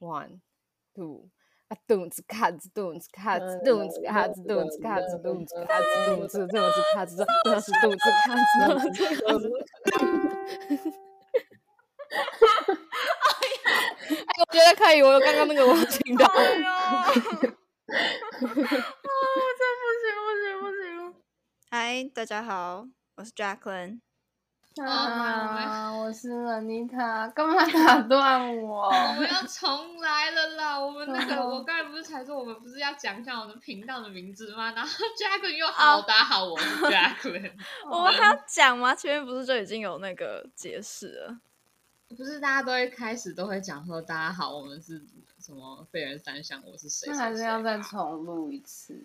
one two 啊，咚子卡子咚子卡子咚子卡子咚子卡子咚子卡子咚子咚子卡子咚子咚子卡子咚子卡子。哎，我觉得可以，我刚刚那个我听到。啊，这不行不行不行！嗨，大家好，我是 Jacqueline。哦啊， 我是 Anita，干嘛打断 我？我们要重来了啦！我们那个，哦我刚才不是才说我们不是要讲一下我们频道的名字吗？然后 Jacqueline 又好打好 我是 Jacqueline，我们还要讲吗？前面不是就已经有那个解释了？不是大家都会开始都会讲说大家好，我们是什么废人三项，我是谁？那还谁是谁要再吧重录一次。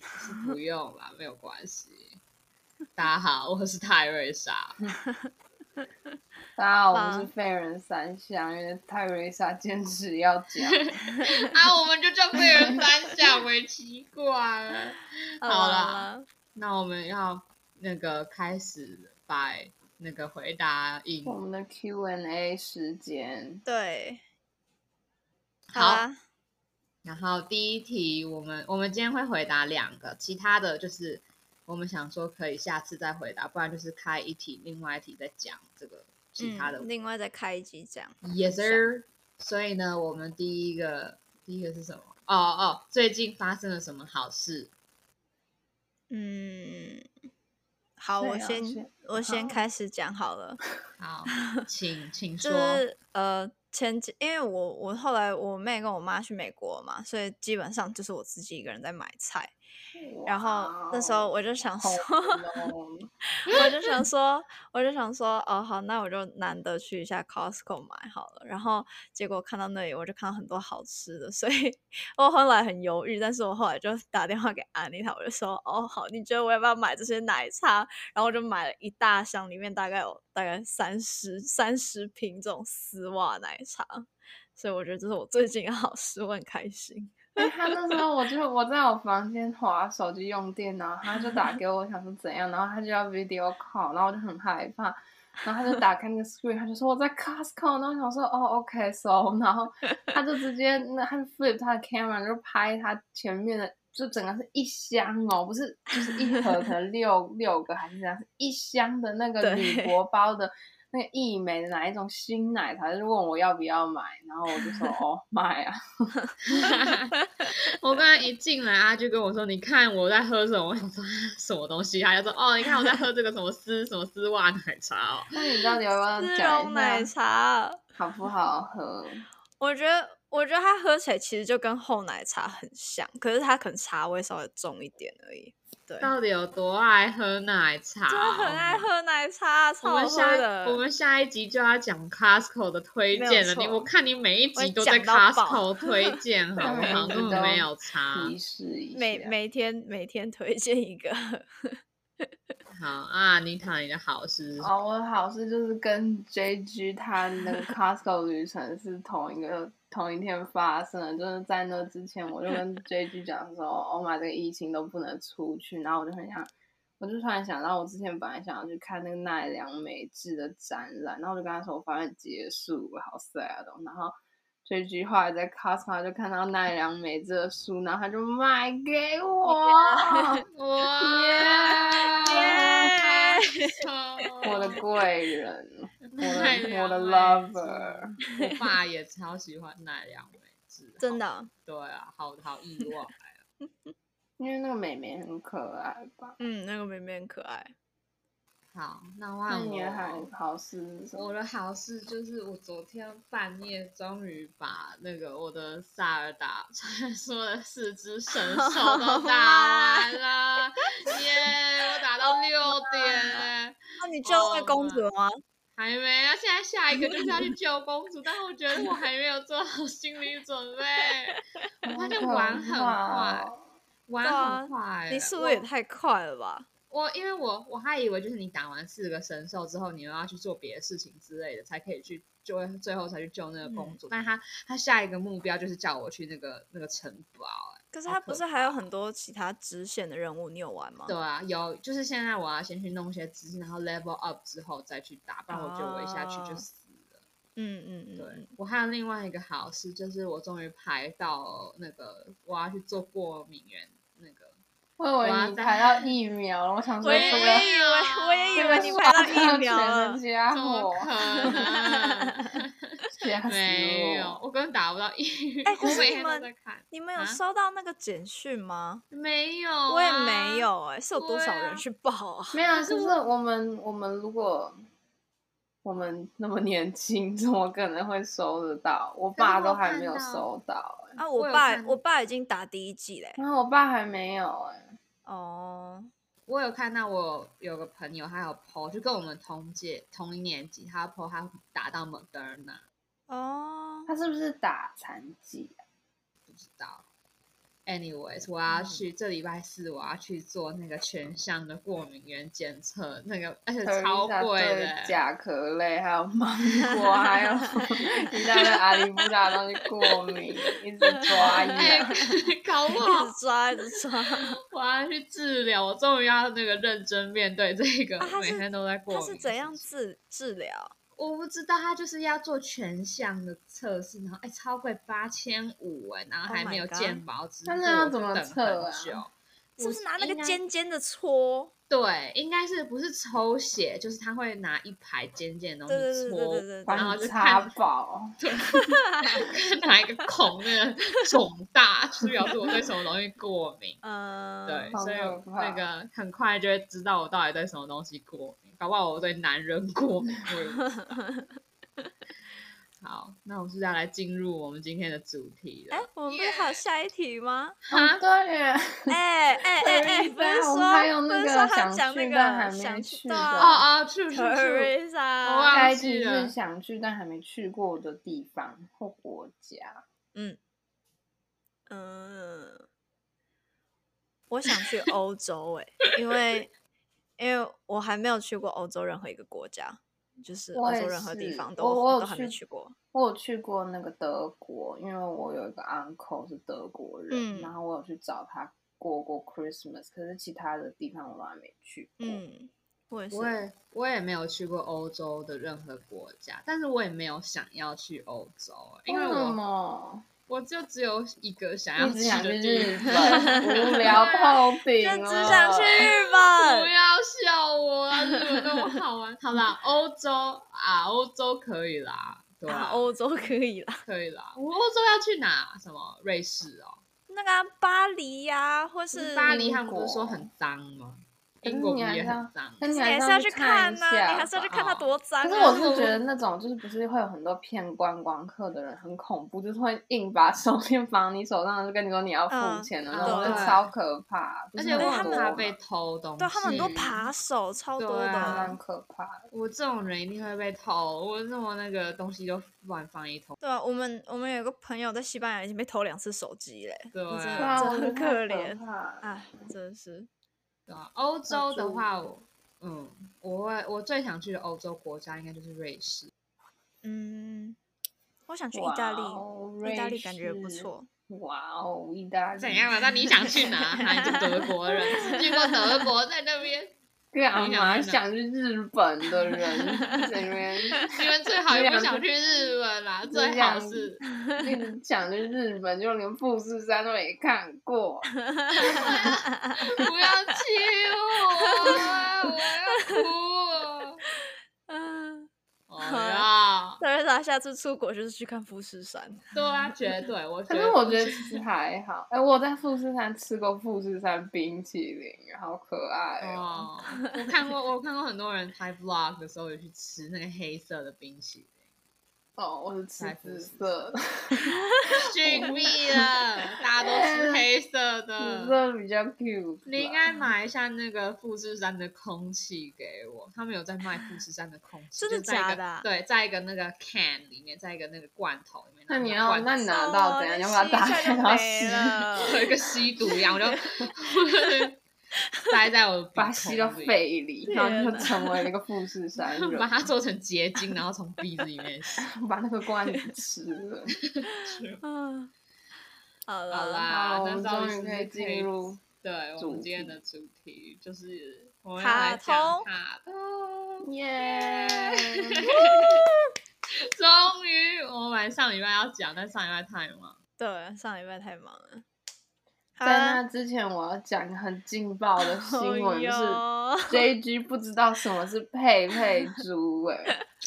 是 不用啦，没有关系。大家好，我是泰瑞莎。大家好，我好们是废人三项，因为泰瑞莎坚持要讲。 啊，我们就叫废人三项，为奇怪了。好好啦啦， 那我们要那个开始by 那个回答应我们的 Q&A 时间，对，啊好啊啦，然后第一题，我们我们今天会回答两个，其他的就是我们想说可以下次再回答，不然就是开一题，另外一题再讲这个其他的。嗯，另外再开一集讲。 yes sir。所以呢，我们第一个第一个是什么？哦哦，最近发生了什么好事？嗯，好，对我啊先先我先好开始讲好了。好，请请就说。是呃前几，因为我我后来我妹跟我妈去美国嘛，所以基本上就是我自己一个人在买菜。然后那时候我就想说哇，哦，好浓我就想说，我就想说，哦好，那我就难得去一下 Costco 买好了。然后结果看到那里，我就看到很多好吃的，所以 我后来很犹豫，但是我后来就打电话给安妮塔，我就说，哦好，你觉得我要不要买这些奶茶？然后我就买了一大箱，里面大概有大概三十三十瓶这种丝袜奶茶。所以我觉得这是我最近的好事，我很开心。哎他那时候我就我在我房间划手机用电脑，他就打给我，我想说怎样，然后他就要 video call，然后我就很害怕，然后他就打开那个 screen，他就说我在 Costco，然后我想说哦 OK so，然后他就直接那他就 flip 他的 camera 就拍他前面的，就整个是一箱哦，不是就是一盒可能六六个还是怎样，是一箱的那个对铝箔包的。那个益美的哪一种新奶茶，他就问我要不要买，然后我就说哦买啊，我刚才一进来，他就跟我说：“你看我在喝什么？”我想说啊什么东西，他就说：“哦，你看我在喝这个什么丝什么丝袜奶茶哦。那你到底要不要丝讲绒一奶下？茶，好不好喝？我觉得，我觉得它喝起来其实就跟厚奶茶很像，可是它可能茶味稍微重一点而已。对，”到底有多爱喝奶茶、哦真的很爱。喝奶茶，我超好们喝下的。我们下一集就要讲 Costco 的推荐了。没有错你我看你每一集都我在讲到爆 Costco 推荐，好不好？每一集根本都没有差。提示一下，啊每每天每天推荐一 个，好啊，妮塔，你的好事哦，我的好事就是跟 JG 他那个 Costco 旅程是同一个同一天发生的，就是在那之前我就跟 JG 讲说，哦妈，这个疫情都不能出去，然后我就很想。我就突然想到，我之前本来想要去看那个奈良美智的展览，然后我就跟他说，我发现结束了，好 sad 哦。然后这句话在 Costco 就看到奈良美智的书，然后他就买给我。哇！耶！我的贵人，我奈的良我的美 lover，我爸也超喜欢奈良美智，真好的啊，对啊，好好意外。因为那个美眉很可爱吧？ 嗯，那个妹妹很可哦爱。好，那那换你的好我。好是什么？我的好事就是，我昨天半夜终于把那个我的萨尔达传说的四只神兽都打完了，耶！我打到六点，那你救那哦公主了吗？还没啊！现在下一个就是要去救公主，但我觉得我还没有做好心理准备，我发现玩很快，玩很快欸、你速度也太快了吧！我因为我我还以为就是你打完四个神兽之后，你又要去做别的事情之类的，才可以去就会最后才去救那个公嗯主。但他他下一个目标就是叫我去那个那个城堡、哎可是好它可不是还有很多其他支线的任务，你有玩吗？对啊，有就是现在我要先去弄一些知识，然后 level up 之后再去打，不然我觉得我一下去就哦死了。嗯嗯嗯，对嗯，我还有另外一个好事，就是我终于排到那个我要去做过敏源那个，我以为你排到疫苗了，我想说我也这我个也以为我也以为你这个排到刷疫到苗全了的，家 怎么伙，可能？吓死没有，我！啊我根本打不到疫苗，哎可我是每你天都们在看，你们有啊收到那个简讯吗？没有、啊，我也没。有哎、是有多对少啊人去报啊？ 没有，可是我们我们如果我们那么年轻，怎么可能会收得到？我可是爸我都还看没有到收到、欸，啊，我我有爸看我爸已经打第一季嘞、然后我爸还没有、欸，哎，哦，我有看到我有个朋友，他有 PO，就跟我们同届同一年级，他 PO 他打到 Moderna，哦，他是不是打残疾啊、不知道。Anyways，我嗯要去、这礼拜四我要去做那个全项的过敏原检测，那个而且 Teresa 超贵对的、甲壳类，还有芒果，还有一大堆阿里不达的东西过敏，一直抓哎、痒。搞不一好直抓一直抓，我要去治疗，我终于要那个认真面对这个，啊他每是天都在过他敏。是怎样？治治疗？我不知道，他就是要做全项的测试，然后哎、超贵八千五哎，然后 Oh 还没 my 有 god 健保支付，那那要怎么我就等测啊很久是不我是拿那应个该尖尖的戳？对，应该是不是抽血，就是他会拿一排尖尖的东对对西对戳，对对对然后把就你插看爆，看哪一个孔那个 肿大，就是表示我对什么东西过敏。嗯，对，好所以可怕那个很快就会知道我到底对什么东西过敏，搞不好我对男人过敏。我也不知道 好，那我们是要来进入我们今天的主题了哎。，我们不是还有下一题吗？啊哦对耶，哎哎哎哎，不是我说们还有不那是个说他想讲去那但还个没想去去的哦哦，是是是，我忘，Teresa，了下一题忘是记了想去但还没去过的地方或国家。嗯，我想去欧洲哎、因为因为我还没有去过欧洲任何一个国家，就是我欧也洲任何地是方都我我有都还没去过。我有去过那个德国，因为我有一个 uncle 是德国人，嗯然后我有去找他过过 Christmas，可是其他的地方我都还没去过。嗯，我也是，我也我也没有去过欧洲的任何国家，但是我也没有想要去欧洲，因为为什我么？我就只有一个想要一直去想去的地日方。本，无 聊透顶就哦了。只想去日不本。要笑我啊！日本那么好玩， 好啦，欧洲啊，欧洲可以啦，对啊，啊，欧洲可以啦，可以啦。我欧洲要去哪？什么瑞士哦？那个啊、巴黎呀、或不是是巴你黎，英他们不是说国很脏吗？可是英国嗯啊不你是还也是要很脏？可是你还还是要去看看一呐、下你还是要去看它吧多脏、啊。可是我是觉得那种就是不是会有很多骗观光客的人很恐怖，就是会硬把手电绑你手上，就跟你说你要付嗯钱的嗯那种，对就超可怕。不而是且我很他很多们怕吗被偷东西，对啊他们很多嗯扒手，超对多的。啊蛮可怕的。我这种人一定会被偷，我那么那个东西就乱放一通。对啊，我们我们有个朋友在西班牙已经被偷两次手机嘞，对真的对啊，真我的觉得很太可可怜，怕了哎，真的是，对啊，欧洲的注话，我嗯，我会我最想去的欧洲国家应该就是瑞士。嗯，我想去意大利，哇哦意大利瑞感觉不士错。哇哦，意大利怎样了？那你想 去哪？啊、你是德国人，只去过德国，在那边，干你嘛想去想去哪日本的 人在那边你们最好也不想去日 本啦，只最好是。一直想去日本，就连富士山都没看过。不要欺负我啊，我要 哭哦了。嗯，我要，特瑞莎下次出国就是去看富士山，对啊，绝对，我觉可得。是我觉得其实还好。哎、我在富士山吃过富士山冰淇淋，好可爱哦！哦，我看过，我看过很多人拍 vlog 的时候有去吃那个黑色的冰淇 淋，哦，我是吃紫色，的，逊毙了，啊大家都吃黑色 紫的。色比较 cute 啦。嗯你应该买一下那个富士山的空气给我，他们有在卖富士山的空气，真的就在一个假的啊对，在一个那个 can 里面，在一个那个罐头里面。那你然后要，那罐你子拿到哦怎样？你你要把它吸打开一下就然后没吸，了有一个吸毒一样， 我就塞在我的鼻把它吸到孔里，肺里，天然后就哪成为那个富士山人，把它做成结晶，然后从鼻子里面吸。把那个罐子吃了。嗯， 好好了，啦，好，我那们到终底于是可以进入。对我主们今天题的主题，就是我们要卡来讲通卡通。耶！终于，我们上礼拜要讲，但上礼拜太忙。对，上礼拜太忙了。好在那啦之前，我要讲个很劲爆的新闻，就哦是 JG 不知道什么是佩佩猪哎、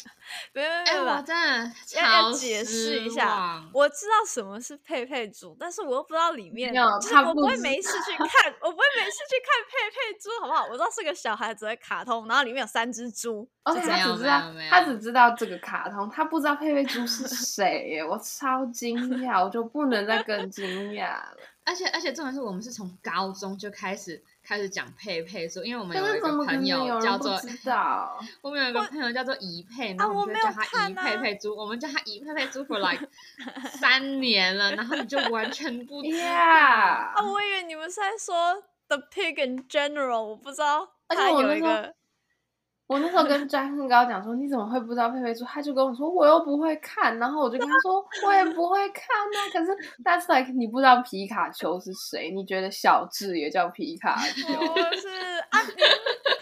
没有没有哎、没有我啦，真的要要超解释失一下望，我知道什么是佩佩猪，但是我又不知道里面，没有就是他我不不会知没事去看， 我不会没事去看佩佩猪，好不好？我知道是个小孩子的卡通，然后里面有三只猪，而就且哦这他样。只知没有没道有没有他只知道这个卡通，他不知道佩佩猪是谁耶、我超惊讶，我就不能再更惊讶了。而且而且重点是我们是从高中就开始开始讲佩佩说， 因为我们可有一是个怎么可朋能有友叫人不做知 啊道？我们有一个朋友叫做怡佩，然后我们就没有叫她怡看佩啊佩猪，我们叫她怡佩佩猪 for like 三年了，然后你就完全不知道 Yeah， 啊，我以为你们是在说 The Pig in General，我不知道而且它我有那一时候个我那时候跟张恨高讲说，你怎么会不知道佩佩猪？他就跟我说，我又不会看。然后我就跟他说，我也不会看啊。可是 that's like 你不知道皮卡丘是谁？你觉得小智也叫皮卡丘？ 我是啊，你们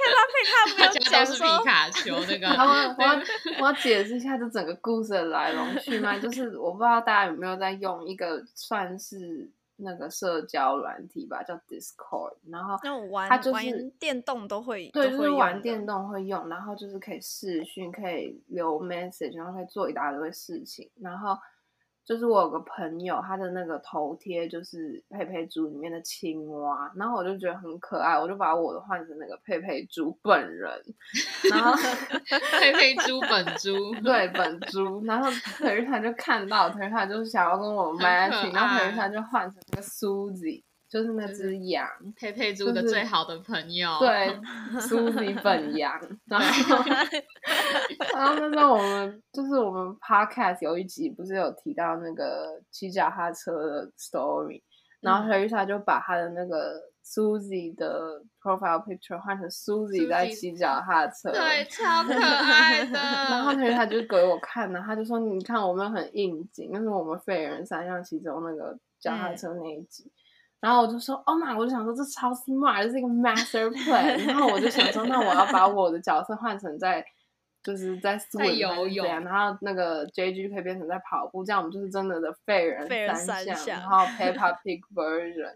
佩大帕佩帕没有家讲都是说皮卡丘那 个然后我我要 我要解释一下这整个故事的来龙去脉，就是我不知道大家有没有在用一个算是那个社交软体吧，叫 Discord，然后那我玩它就是玩电动都会对，都就会是玩用电的动会用，然后就是可以视讯，可以留 message，然后可以做一大堆事情。然后就是我有个朋友，他的那个头贴就是佩佩猪里面的青蛙，然后我就觉得很可爱，我就把我的换成那个佩佩猪本人，然后佩佩猪本猪，对本猪，然后腿日坦就看到，腿日坦就想要跟我可 matching，然后腿爱日坦就换成那个 Suzy，就是那就哦只羊。佩佩猪的就是最好的朋友，对，苏 比本羊，然后然后那时候我们就是我们 podcast 有一集不是有提到那个骑脚踏车的 story，然嗯后 Teresa 就把她的那个 Susie 的 profile picture 换成 Susie 在 Suzy 骑脚踏车，对，超可爱 的。然嗯后 Teresa 就给我看然后他就说你看我们很应景，那是我们废人三项其中那个脚踏嗯车那一集。然后我就说，Oh my！我就想说这超 smart，这是一个 master plan。然后我就想说，那我要把我的角色换成在，就是在苏在里面游是这样泳然后那个 JG 可以变成在跑步，这样我们就是真的的废人废人三项，项然后 Peppa Pig version。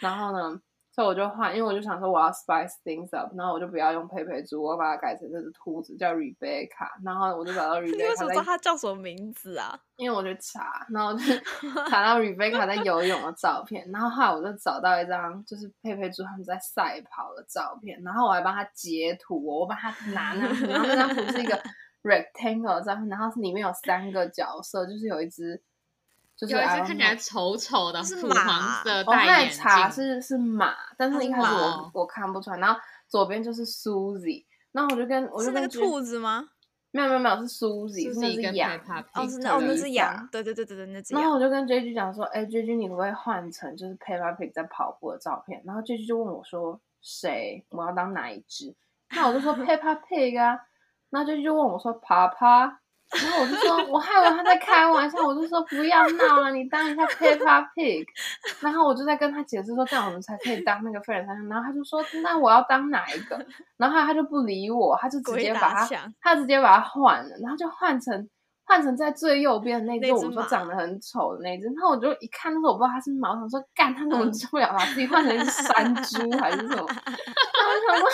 然后呢，所以我就换，因为我就想说我要 spice things up，然后我就不要用佩佩猪，我把它改成这只兔子叫 Rebecca，然后我就 找到你为什 Rebecca 么知在，道它叫什么名字啊？因为我去查，然后我就 查到 Rebecca 在游泳的照片，然后后来我就找到一张就是佩佩猪他们在赛跑的照片，然后我还帮他截图哦，我帮他拿那张图，然后那张图是 一个 rectangle 的照片，然后里面有三个角色，就是有一只。就有一是只 I don't 看起来 know 丑丑的是土马黄色我戴奶眼哦茶镜，是是马，但它是一是开始马我哦我看不出来，然后左边就是 Susie，然后我就跟我是就那跟个 Jen- 兔子吗？没有没有没有是 Susie，是那 Suzy 只跟羊。 Peppa 哦， Pig 是兔那哦，子那一只下羊，对对对对对，那只然后羊。我就跟 JG 讲说，哎、j g 你可不可以换成就是 Peppa Pig 在跑步的照片？然后 JG 就问我说，谁？我要当哪一只？那我就 说 Peppa Pig 啊。然后 JG 就问我说，爬爬。然后我就说，我还以为他在开玩笑，我就说不要闹了，你当一下 Peppa Pig。然后我就在跟他解释说，这样我们才可以当那个废人三项。然后他就说，那我要当哪一个？然后他就不理我，他就直鬼接把打他墙他直接把它换了，然后就换成换成在最右边的那那只，我只们说马长得很丑的那只。然后我就一看，那时候我不知道它是马，我想说，干，他怎嗯么受不了把自己换成一只山猪 还是什么？然后我想说，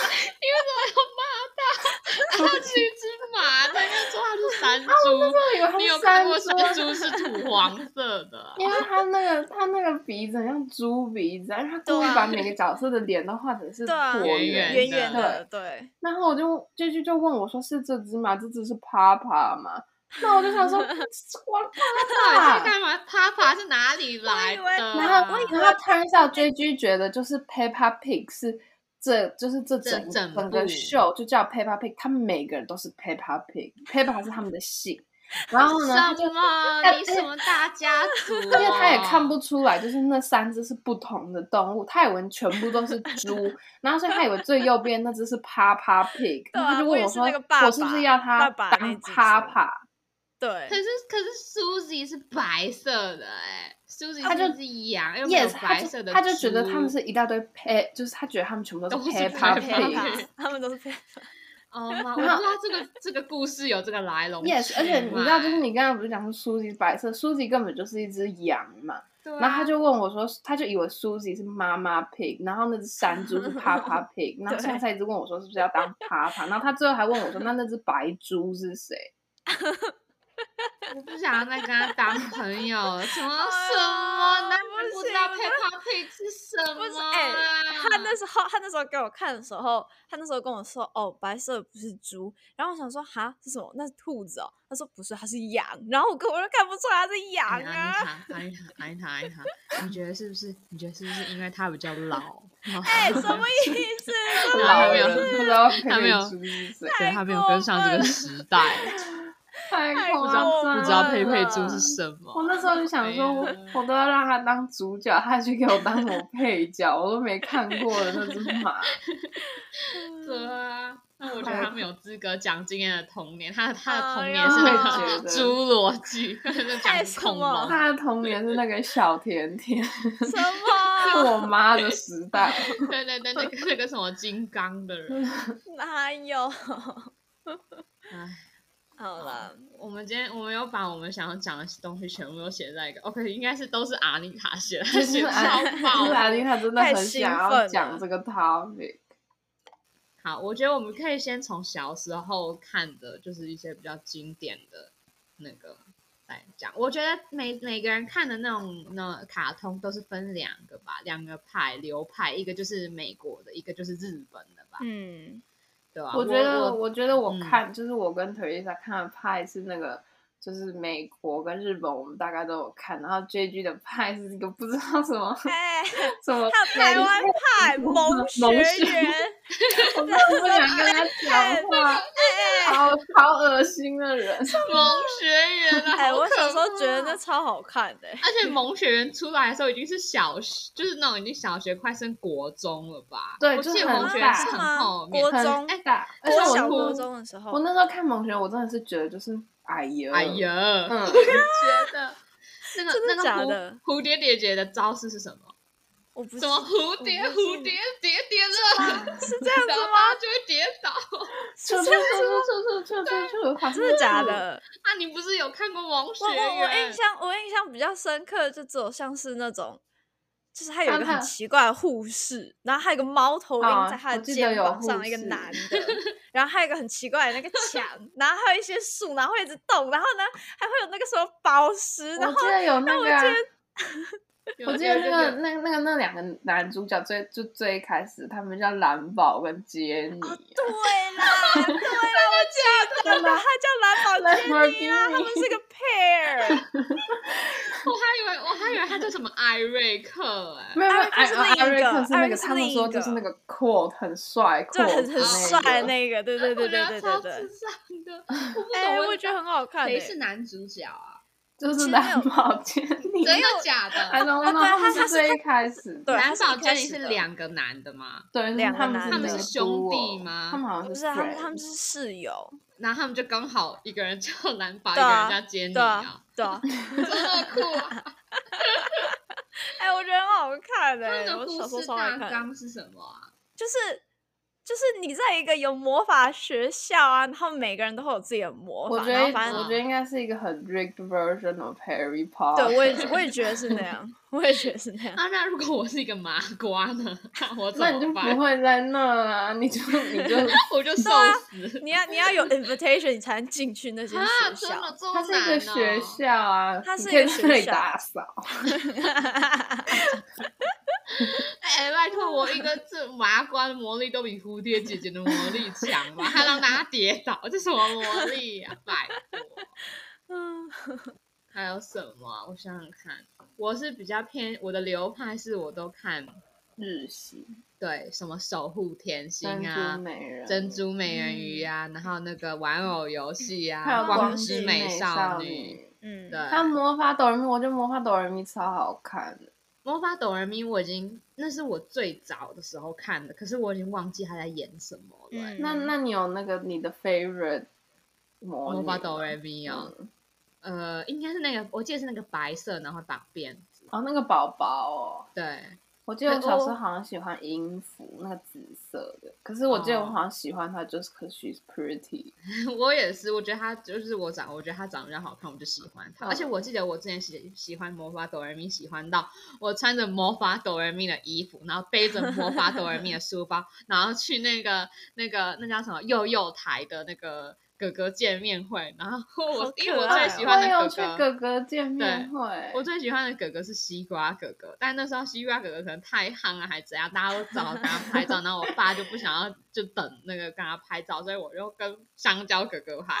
他是一只马，他又说 他哦是山猪。我以为它你有是看过山山猪。猪是土黄色的啊？因为它那个它那个鼻子很像猪鼻子，然后它故对意啊把每个角色的脸都画成是对啊椭圆圆的圆对的，对，然后我就就就就问我说是这只吗？这只是啪啪吗？那我就 想说，我啪到底啪是，干嘛？啪啪是哪里来的我以为啊？然后，然后 turns out JG 觉得就是 Peppa Pig 是这就是这整这整部整个秀就叫 Peppa Pig，他们每个人都是 Peppa Pig，Peppa 是他们的姓。然后呢，他就什 么？他你什么大家族哦？因为他也看不出来，就是那三只是不同的动物，他以为全部都是猪，然后所以他以为最右边那只是 Papa Pig，对然啊后他就问我也是说那个爸爸我是不是要他爸爸那当只猪 Papa？对可，是可是 Susie 是白色的哎、s u s i e 他就是一只羊，又没有 yes，他白就色的他就觉得他们猪是一大堆 p 就是他觉得他们全部都都是是 Peppa Peppa Pig。他们都是配，哦妈，我知道他这个这个故事有这个来龙去脉。 Yes，而且你知道，就是你刚才不是讲说苏西白色，苏西根本就是一只羊嘛。对啊，然后他就问我说，他就以为苏西是妈妈 pig，然后那只山 猪是 papa pig，然后现在一直问我说是不是要当 papa，然后他最后还问我说，那那只白猪是谁？我不想要再跟他当朋友了。什么哎什呀么？那不你不行知道我 p 真 e p p Pig 是什不是么哎啊？他那时候，他那时候给我看的时候，他那时候跟我说：“哦，白色不是猪。”然后我想说：“哈，是什么？那是兔子哦。”他说：“不是，它是羊。”然后我根本就看不出来它是羊哎啊。安妮塔，安妮塔，安妮塔，安妮塔，你觉得是不是？你觉得是不是因为他比较老？ 哎、哎什么意思？不真的老啊没有人不知道佩他没佩有猪是谁，对他没有跟上这个时代，太太夸不过知道张不知道佩佩了猪是什我么。那时候就想说，我哎呀我都要让他当主角，他还去给我当我配角，我都没看过的那只马。对啊，那我觉得他没有资格讲今天的童年，他的他的哎童呀年是我也那觉个得侏罗纪， 就是哎讲什恐么龙。他的童年是那个小甜甜，是什么？ 我妈的时 代。对对对，那个那个什么金刚的人，哪有？ 哎，好了，我们今天我们有把我们想要讲的东西全部都写在一个，OK，应该是都是阿妮塔写的，就写是超安，爆就是安妮，她真的太很兴想奋要了讲这个 topic。好，我觉得我们可以先从小时候看的，就是一些比较经典的那个来讲。我觉得每每个人看的那种那卡通都是分两个吧，两个派流派，一个就是美国的，一个就是日本的吧，嗯，对吧、我觉得，我觉得我嗯看，就是我跟腿丽莎看的派是那个，就是美国跟日本，我们大概都有看。然后 JG 的派是一个不知道什么哎、什么还有台湾派萌学萌学园，我真的不想跟他哎讲话，好好恶心的人。萌学园啊，哎、好我可小时候觉得怕那超好看的、欸而嗯且萌学园出来的时候已经是小学，就是那种已经小学快升国中了吧？对我就记得很萌学园大是是很吗后面国的。很中大，而且我我小那国中的时候，我那时候看蒙学，我真的是觉得就是哎呀，哎，呀，嗯我 觉得那个真的那个假蝴的蝴蝶姐姐的招式是什么？我不什么蝴蝶我不记得蝴蝶叠叠 乐，是这样然子后吗？她就会跌倒。就就就就就就就， 真的假？的？啊，你不是有看过萌学我我我印园？象我印象比较深刻，就只有像是那种，就是他有一个啊很他奇怪的护士，然后还有一个猫头啊鹰在他我的记得肩有膀护上，一个士男的，然后还有一个很奇怪的那个墙，然后还有一些树，然后会一直动，然后呢还会有那个什么宝石，然我后记得有那个啊，有我记得有那有个有那那个那两个男主角最就最开始他们叫蓝宝跟杰尼，对啦 对啦，我记得了，他叫蓝宝坚尼啊，他们是个 pair，我还以为我还以为她叫什么艾瑞克哎。没有没有，艾瑞克是艾艾另一瑞个克是那艾瑞克个，是他另们一说个就是那个 quote 很帅，就很 quote 很帅的那个那个，对 对对对对啊我觉得超对对智。障的，我不哎、懂，我觉得很好看、谁欸。是男主角啊？就是其实蓝没有宝坚尼，真的假的？ I don't know，啊对他们他他是是最一开始的，对蓝他是一宝开坚尼始是的两个男的吗？对，两个他男们那的他们个是兄弟 duo，吗他们好像不是， friend 他们他们是室友，然后他们就刚好一个人叫蓝宝，一对个啊人叫杰尼对 啊，对啊。真的酷啊！ 哎、我觉得很好看的、他欸，们的我小时故候事超爱大看，纲是什么啊？就是。就是你在一个有魔法学校啊，然后每个人都会有自己的魔我法，觉然后得反我正觉得应该是一个很 rigged version of Harry Potter。对我也我也觉得是 那样，我也觉得是那样。啊，那如果我是一个麻瓜呢？我怎那你就么办不？ 会在那儿啊，你就 你就我就受死你要你要有 invitation，你才能进去那些啊！啊学真校。的这它么是一个难学哦？校啊，它你是可以一个在学那里校打扫。哎，拜托，我一个这麻瓜的魔力都比蝴蝶姐姐的魔力强吧？还能让她跌倒，这什么魔力啊？拜托。嗯，还有什么啊、我想想看，我是比较偏我的流派是我都看日系对什么守护甜心珍珠啊、美人，嗯珍珠美人鱼啊，然后那个玩偶游戏还啊、有光光之之美少女，女，嗯对，还有魔法哆啦咪，我觉得魔法哆啦咪超好看的。魔法哆来咪我已经那是我最早的时候看的，可是我已经忘记他在演什么了欸、嗯那那你有那个你的 favorite 魔魔女法吗哆来咪哦，嗯呃，应该是那个，我记得是那个白色，然后绑辫子，哦，那个宝宝哦，对，我我记得我小时候好像喜欢音符，那个紫色的。可是我记得我好像喜欢她，就是 cause she's pretty。 我也是，我觉得她就是我长，我觉得她长得比较好看，我就喜欢她。嗯而且我记得我之前喜喜欢魔法哆来咪，喜欢到我穿着魔法哆来咪的衣服，然后背着魔法哆来咪的书包，然后去那个那个那叫什么幼幼台的那个哥哥见面会，然后我、好因为我可爱最哦喜欢的我有去哥哥哥见面对会，我最喜欢的哥哥是西瓜哥哥，但那时候西瓜哥哥可能太夯了，还怎样，大家都找我跟他拍照，然后我爸就不想要，就等那个跟他拍照，所以我就跟香蕉哥哥拍。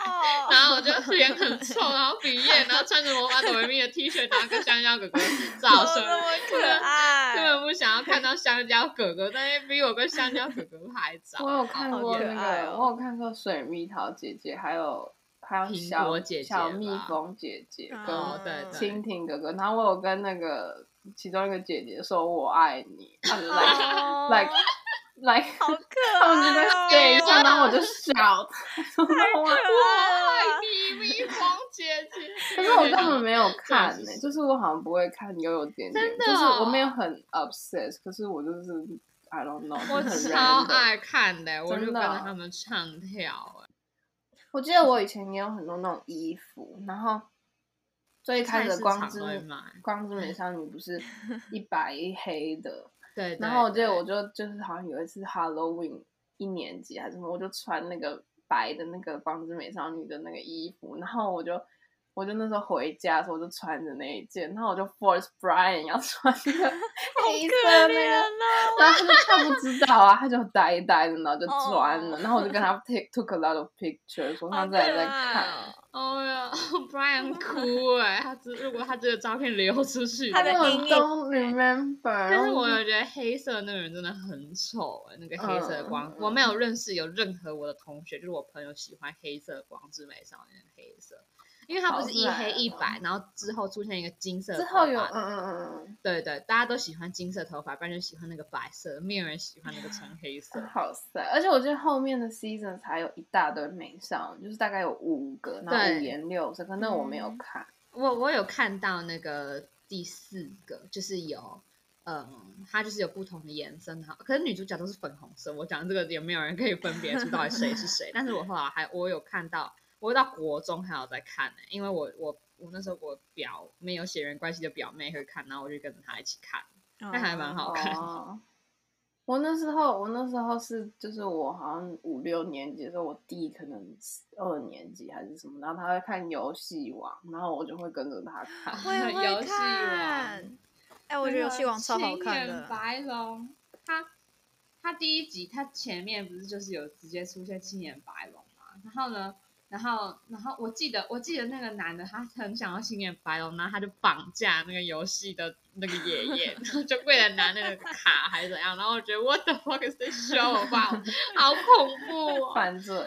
然后我就脸很臭，然后鼻炎，然后穿着魔法朵瑞咪的 T 恤，然后跟香蕉哥哥照怎相，么那么可根爱？本不想要看到香蕉哥哥，但是逼我跟香蕉哥哥拍我照。有看好过可那爱个，哦我有看过水蜜桃姐姐，还有还有苹小果姐姐小蜜吧蜂姐姐啊哦跟对对蜻蜓哥哥，然后我有跟那个其中一个姐姐说我爱你啊，like 哦 like like，好可他们就在爱对一哦，下，然后我就笑，太可我爱爱了。你，蜜蜂姐姐。可是我根本没有看对呢、是就是我好像不会看悠悠点点，真的就是我没有哦很 obsessed，可是我就是 I don't know，我就是很超 random 爱看的，我真就跟的着哦他们唱跳。欸我记得我以前也有很多那种衣服，然后最开始的光之菜市场都会嗯卖光之美少女不 是一白一黑的，对，然对后我记得对我就就是好像有一次 Halloween 一年级还是什么，我就穿那个白的那个光之美少女的那个衣服，然后我就。我就那时候回家的时候，我就穿着那一件，然后我就 force Brian 要穿 那个黑色可的那怜个然哦，后啊他就他不知道啊，他就呆呆的，然后就哦钻了。然后我就跟他 take took a lot of pictures，我好上次可还在爱看。哦！哦呀 ，Brian 哭哎，他这如果他这个照片流出去，他的我阴影 don't remember，但但是我有觉得黑色那个人真的很丑哎、那个黑色的光，嗯我没有认识有任何我的同学，就是我朋友喜欢黑色光之美少年的黑色，因为它不是一好帅黑哦一白，然后之后出现一个金色的之头后有嗯发嗯嗯对对，大家都喜欢金色头发，不然就喜欢那个白色，没有人 喜欢那个纯黑色嗯，。好帅！而且我觉得后面的 season 还有一大堆美少女，就是大概有五个，然后对五颜六色。可那我没有嗯看，我我有看到那个第四个，就是有，嗯，它就是有不同的延伸哈。可是女主角都是粉红色，我讲这个也没有人可以分别出到底谁是谁。但是我后来还我有看到，我到国中还有在看呢、因为我我我那时候我表没有血缘关系的表妹会看，然后我就跟着她一起看，那还蛮好看。哦。我那时候，我那时候是就是我好像五六年级的时候，我弟可能二年级还是什么，然后他会看游戏王，然后我就会跟着他看。我也游会戏看。哎，我觉得游戏王超好看青眼的。白龙，他他第一集他前面不是就是有直接出现青眼白龙嘛？然后呢，然后然后我记得我记得那个男的他很想要青眼白龙，然后他就绑架那个游戏的那个爷爷，然后就为了拿那个卡还是怎样，然后我觉得 what the fuck is this show about？好恐怖哦！犯罪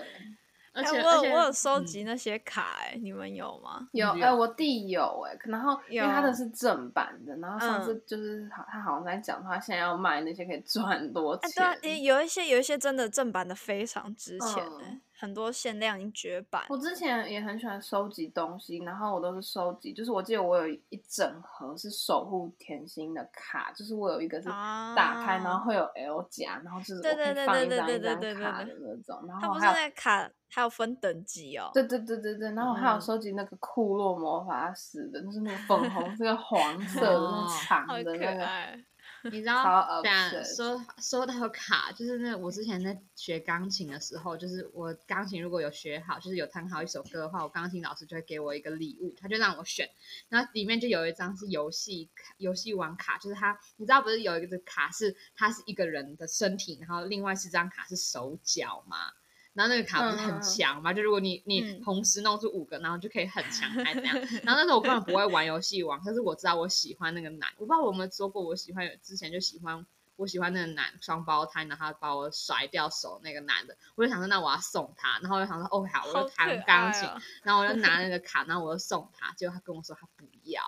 而哎，且我有而且我有收嗯集那些卡，哎，你们有吗？有你哎、有我弟有哎、可然后因为他的有是正版的，然后上嗯次就是好，他好像在讲他现在要卖那些可以赚很多哎，钱，对啊，也有一些有一些真的正版的非常值钱嗯哎，很多限量已经绝版。我之前也很喜欢收集东西，然后我都是收集，就是我记得我有一整盒是守护甜心的卡，就是我有一个是打开、啊然后会有 L 夹，然后就是对我可对对以放一对张对一张对对卡对的那种，然它后不是还有那个卡还有分等级哦。对对对对对，然后我还有嗯收集那个库洛魔法使的，就是那个粉红 色、黄色的、那哦个长好的可那个，爱。你知道超，等下 obsessed 说说到卡，就是那我之前在学钢琴的时候，就是我钢琴如果有学好，就是有弹好一首歌的话，我钢琴老师就会给我一个礼物，他就让我选，然后里面就有一张是游戏卡，游戏王卡，就是他，你知道不是有一个卡是它是一个人的身体，然后另外四张卡是手脚嘛。然后那个卡不是嗯嗯很嗯强嘛？就如果你你嗯同时弄出五个，然后就可以很强，还 怎样？然后那时候我根本不会玩游戏王，可是我知道我喜欢那个男，我不知道我有没有说过，我喜欢之前就喜欢我喜欢那个男双胞胎，然后他把我甩掉手那个男的，我就想说那我要送他，然后我就想说哦好，我好就 可弹钢爱琴，哦然后我就拿那个卡，然后我就送他，结果他跟我说他不要，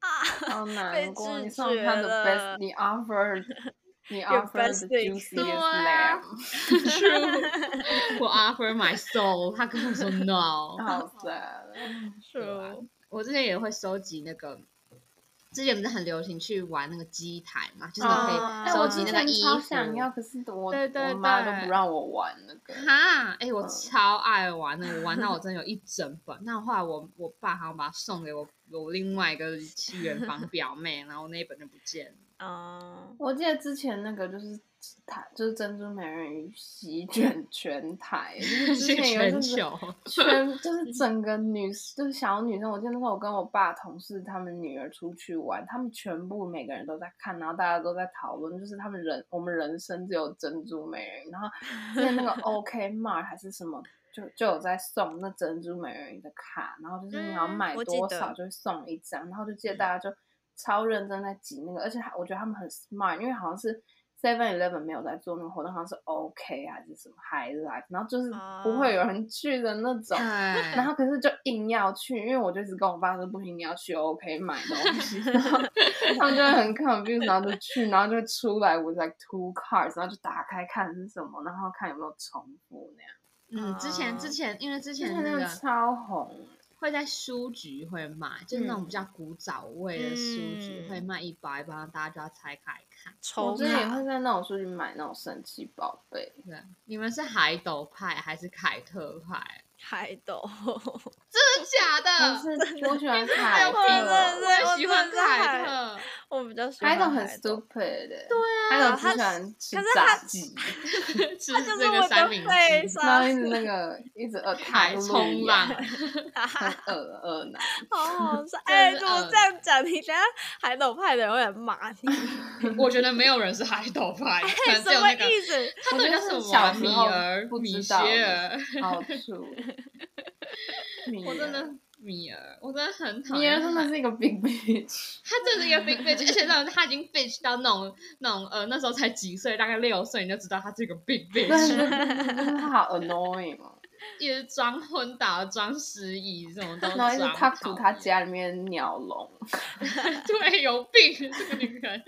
好 被难过。拒你送他绝的了 best，你 offer，你 Your offer best the thing juiciest 对啊 lamb， True，我 offer my soul，他跟我说 no，好 sad。对啊是哦我之前也会收集那个之前不是很流行去玩那个机台嘛，就是你可以哎，我收之集那个前衣超想要，服。可是我对对我妈都对不让我玩那个。哈，哎、我嗯超爱玩那个，我玩到我真的有一整本。那后来我我爸好像把它送给我我另外一个远 房表妹，然后那一本就不见了。嗯，我记得之前那个就是台，就是珍珠美人鱼席卷全台，就是之是前有一阵全子球 全就是整个女就是小女生，我记得那时候我跟我爸同事他们女儿出去玩，他们全部每个人都在看，然后大家都在讨论，就是他们人我们人生只有珍珠美人鱼，然后之 前那个 OK Mart 还是什么。就就有在送那珍珠美人鱼的卡，然后就是你要嗯买我记多得嗯少就会送一张，然后就记得大家就超认真在挤那个，而且还我觉得他们很 smart，因为好像是 Seven Eleven 没有在做那个活动，好像是 OK 还是什么 High Life，然后就是不会有人去的那种。嗯对，然后可是就硬要去，因为我就一直跟我爸说不行，你要去 OK 买东西，然后他们就会很 confused，然后就去，然后就会出来 with like two cards，然后就打开看是什么，然后看有没有重复那样。嗯，之前啊之前因为之之前前那那个个超红，会在书局会卖，就是那种嗯比较古早味的书局嗯会卖一包一包，大家就要拆开看。我抽之前也卡会在那种书去买那种神奇宝贝，嗯对，你们是海斗派还是凯特派？ 海斗， 真的假但的？ 是我喜欢还凯有特，评 真论，我的我也喜真欢的凯海特。我比较喜海欢斗很海斗 stupid 的、对啊，海斗只喜欢吃可是炸他鸡，吃他 就是这个我三的明背治，然后上一直那个一直呃海冲浪，很恶恶男。好好笑！真哎、的怎么这样讲？你等下海斗派的人会来骂 你，我觉得没有人是海斗 哎派，可能只什有么那个意思？他我们觉叫得什是么小啊？时米候儿、 不米知歇道尔，好处。米我真儿的米儿，我真的很讨啊米厌儿真的他是一个 big bitch，他真的一个 big bitch，而且那种他已经 bitch 到那种那种呃那时候才几岁，大概六岁你就知道他是一 个 big 但是 bitch，就是他好 annoying 哦。一直装昏倒、装失忆，这种都然后一直装。他吐他家里面的鸟笼，对，有病这个女人，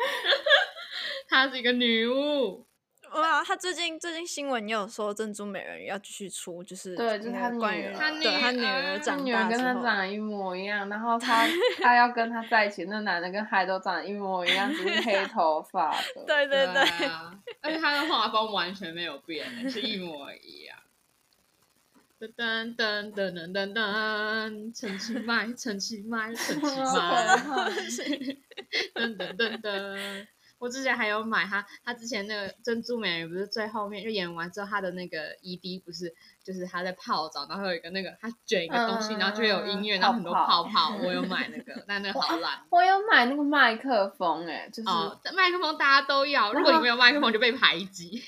她是一个女巫。哇，他最近最近新闻也有说珍珠美人鱼要继续出，就是对就是那他个女关儿于他对女他女儿啊儿他他长女大儿之跟他后长，得一模一样，然后他他要跟他在一起，那男的跟海都长得一模一样，只是黑头发 的。对对对，啊，而且她的画风完全没有变，是一模一样。噔噔噔噔噔噔噔，陈其迈，陈其迈，陈其 迈。 噔噔噔噔。我之前还有买他，他之前那个珍珠美人鱼不是最后面就演完之后，他的那个 ED 不是就是他在泡澡，然后有一个那个他卷一个东西，嗯然后就有音嗯乐，嗯然后很多泡泡泡泡。我有买那个，但那个好烂我有买那个麦克风、哎，就是哦。麦克风大家都要，如果你没有麦克风就被排挤。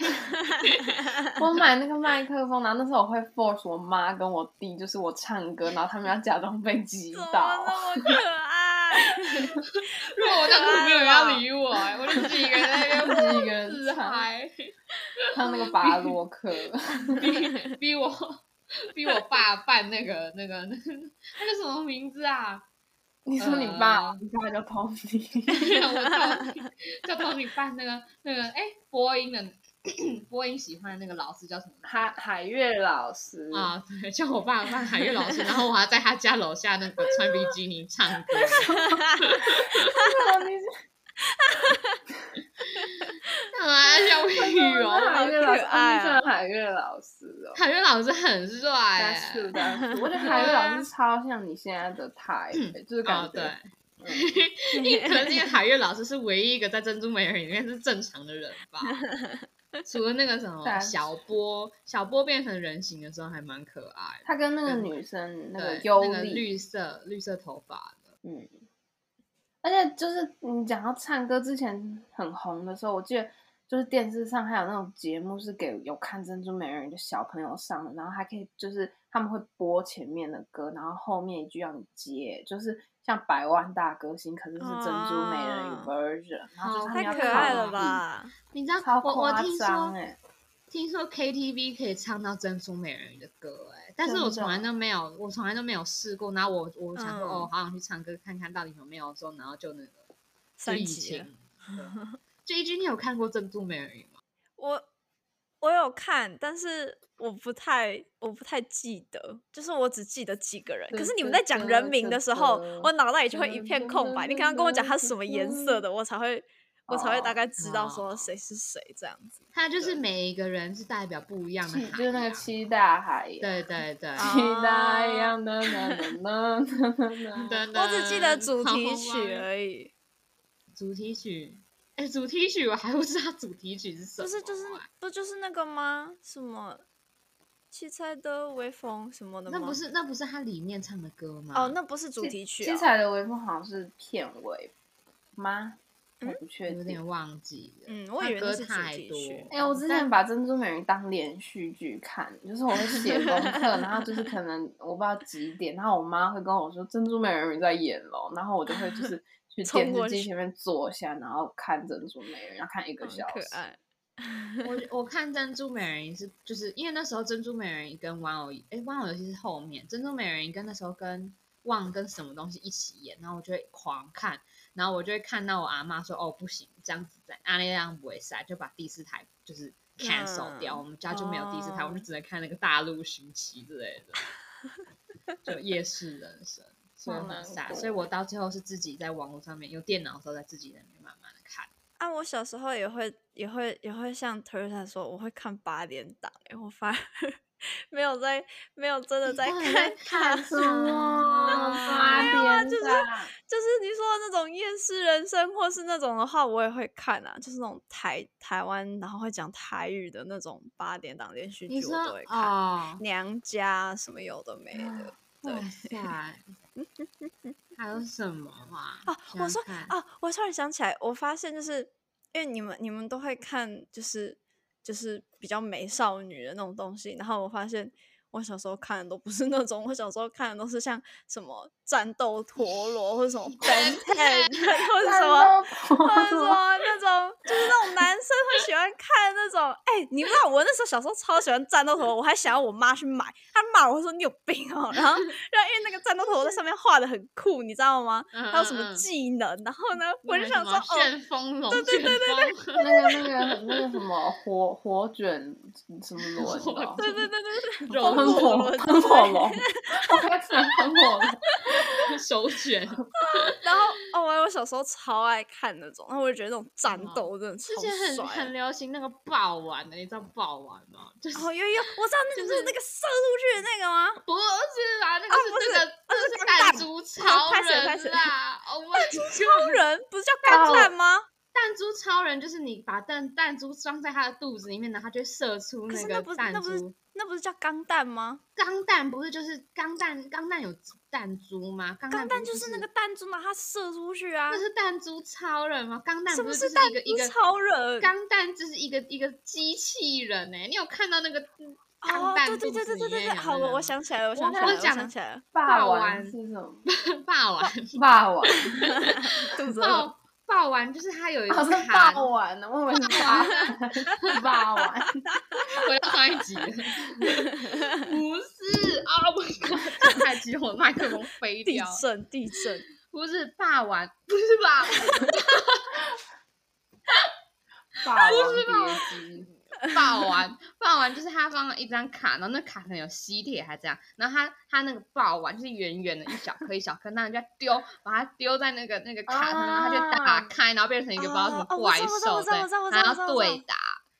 我买那个麦克风，然后那时候我会 force 我妈跟我弟，就是我唱歌，然后他们要假装被击怎么倒。那么可 爱？如果我当时没有人要理我，哎我就自己一个人在那边自己一个人自唱嗨，啊唱那个巴洛克， 逼逼我逼我爸办那个那个那个那个什么名字啊？你说你爸，嗯你爸叫 Tony，我叫叫 Tony 办那个那个哎播音的 播音喜欢的那个老师叫什么？ 海海月老师，啊，对，叫我爸办海月老师，然后我还在他家楼下那个穿比基尼唱歌，哇你 是啊，小 雨哦，海月老师，好可你爱啊喜欢海月老师哦。海月老师很帅但是哎，但是，我觉得海月老师超像你现在的他，哎就是哦感觉对， 因为可能因为海月老师是唯一一个在珍珠美人鱼里面是正常的人 吧。除了那个什么但是小波，小波变成人形的时候还蛮可爱的，他跟那个女生那个嗯对优个丽，绿色绿色头发的，嗯，而且就是你讲到唱歌之前很红的时候，我记得就是电视上还有那种节目是给有看《珍珠美人鱼》的小朋友上的，然后还可以就是他们会播前面的歌，然后后面一句让你接，就是像百万大歌星，可是是《珍珠美人鱼啊》 version，、然后就是他太们要可爱了唱吧！你知道超我我夸听张说欸哎、听说 KTV 可以唱到《珍珠美人鱼》的歌哎、但是我真的从来都没有，我从来都没有试过。然后我我想说、哦嗯哦，好想去唱歌看看到底有没有说，然后就那个就三疫级了情。对就一句，你有看过《珍珠美人鱼》吗？我我有看，但是我不太我不太记得，就是我只记得几个人。可是你们在讲人名的时候，我脑袋里就会一片空白。你刚刚跟我讲他是什么颜色的，我才会我才会大概知道哦说谁是谁这样子。他就是每一个人是代表不一样的七海就是那个洋，七大海洋，对对对，啊七大海洋的 呢呢呢呢呢，我只记得主题好曲荒而已，谬主题曲，哎，主题曲我还不知道主题曲是什么不啊，是就是不就是那个吗？什么七彩的微风什么的吗？那不是那不是他里面唱的歌吗？哦，那不是主题曲、七啊。彩的微风好像是片尾吗？我不确有定点。忘记了。嗯我他以为那歌是主太题多曲。哎、我之前把《珍珠美人鱼》当连续剧看，就是我会写功课，然后就是可能我不知道几点，然后我妈会跟我说《珍珠美人鱼》在演咯，然后我就会就是去冲电过视机去前面坐下，然后看《珍珠美人鱼》，然后看一个嗯很小可时。爱，我我看《珍珠美人鱼》是就是因为那时候《珍珠美人鱼》跟玩偶哎玩偶游戏是后面，《珍珠美人鱼》跟那时候跟忘跟什么东西一起演，然后我就会狂看，然后我就会看到我阿妈说哦不行，这样子在阿那样不会塞，就把第四台就是 cancel 掉，嗯我们家就没有第四台，我哦就只能看那个大陆寻奇之类 的，就夜市人生。所以好很难 sad，过欸所以我到最后是自己在网络上面有电脑的时候，在自己在那边慢慢的看。啊，我小时候也会，也会，也会像 Teresa 说，我会看八点档、欸，我反而 没有在，没有真的你在到底在看它，看什 么八没点有啊就是档就是你说的那种夜市人生或是那种的话，我也会看啊，就是那种台台湾然后会讲台语的那种八点档连续你剧，说我都会看，哦，娘家什么有的没的。对哇塞， 还有什么啊？啊想我说看啊，我突然想起来，我发现就是因为你们你们都会看，就是就是比较美少女的那种东西，然后我发现我小时候看的都不是那种，我小时候看的都是像什么战斗陀螺或者什么 Ben Ten 或者什么。或者什说？那种就是那种男生会喜欢看那种，哎、你不知道我那时候小时候超喜欢战斗陀螺，我还想要我妈去买，她骂我说你有病哦、然后，然后因为那个战斗陀螺在上面画的很酷，你知道吗？啊还有什么嗯嗯嗯技能？然后呢，我那个就想什说，么哦，旋风龙，对对对对那个那个那个什么火火卷什么轮火哦？对对对对对，肉风喷火火轮之喷火类龙，我要讲喷火龙。对， 手 卷。然后哦，我我小时候超爱看那种，然后我就觉得那种战嗯斗真的之超前很帅很的。流行那个爆丸的，你知道爆丸吗？就是哦，有有，我知道那个就是那个射出去的那个吗？ 不是啦，那个啊是不是那个那是那钢弹弹珠超哦拍手拍手人 啦！哦，我超人不是叫钢弹吗？弹珠超人就是你把弹弹珠装在他的肚子里面，然后他就会射出可是那个不是弹那不是珠。那不是叫钢弹吗？钢弹不是就是钢弹？钢弹有弹珠吗？钢钢弹不就是那个弹珠嘛，它射出去啊那。是弹珠超人吗？钢弹什不么是就弹一个一珠个超人？钢弹，就是一个一个机器人欸呢、你有看到那个钢哦，弹、对对对对对对对，好，我我想起来了，我想起来我了，我讲想起来了，霸霸王王是什么？ 霸王霸 王，肚子饿。霸霸王，就是它有一好个是卡霸，王呢，我以为是霸王， 霸王。回到上一集了，不是啊！我刚太激我麦克风飞地掉，震，地震，不是霸王，不是霸王，霸王别姬，霸王，霸王就是他放了一张卡，然后那卡可能有吸铁还这样，然后他他那个霸王就是圆圆的一小颗一小颗，那人家丢把它丢在那个那个卡上，然后它就打开，然后变成一个不知道什么哦哦我怪知道兽我知道我知道我知道我知道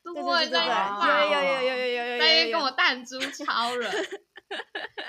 对，然后我要知对打，道对对对在对那边霸对王有有有有有有有有有有，在那边跟我弹珠超人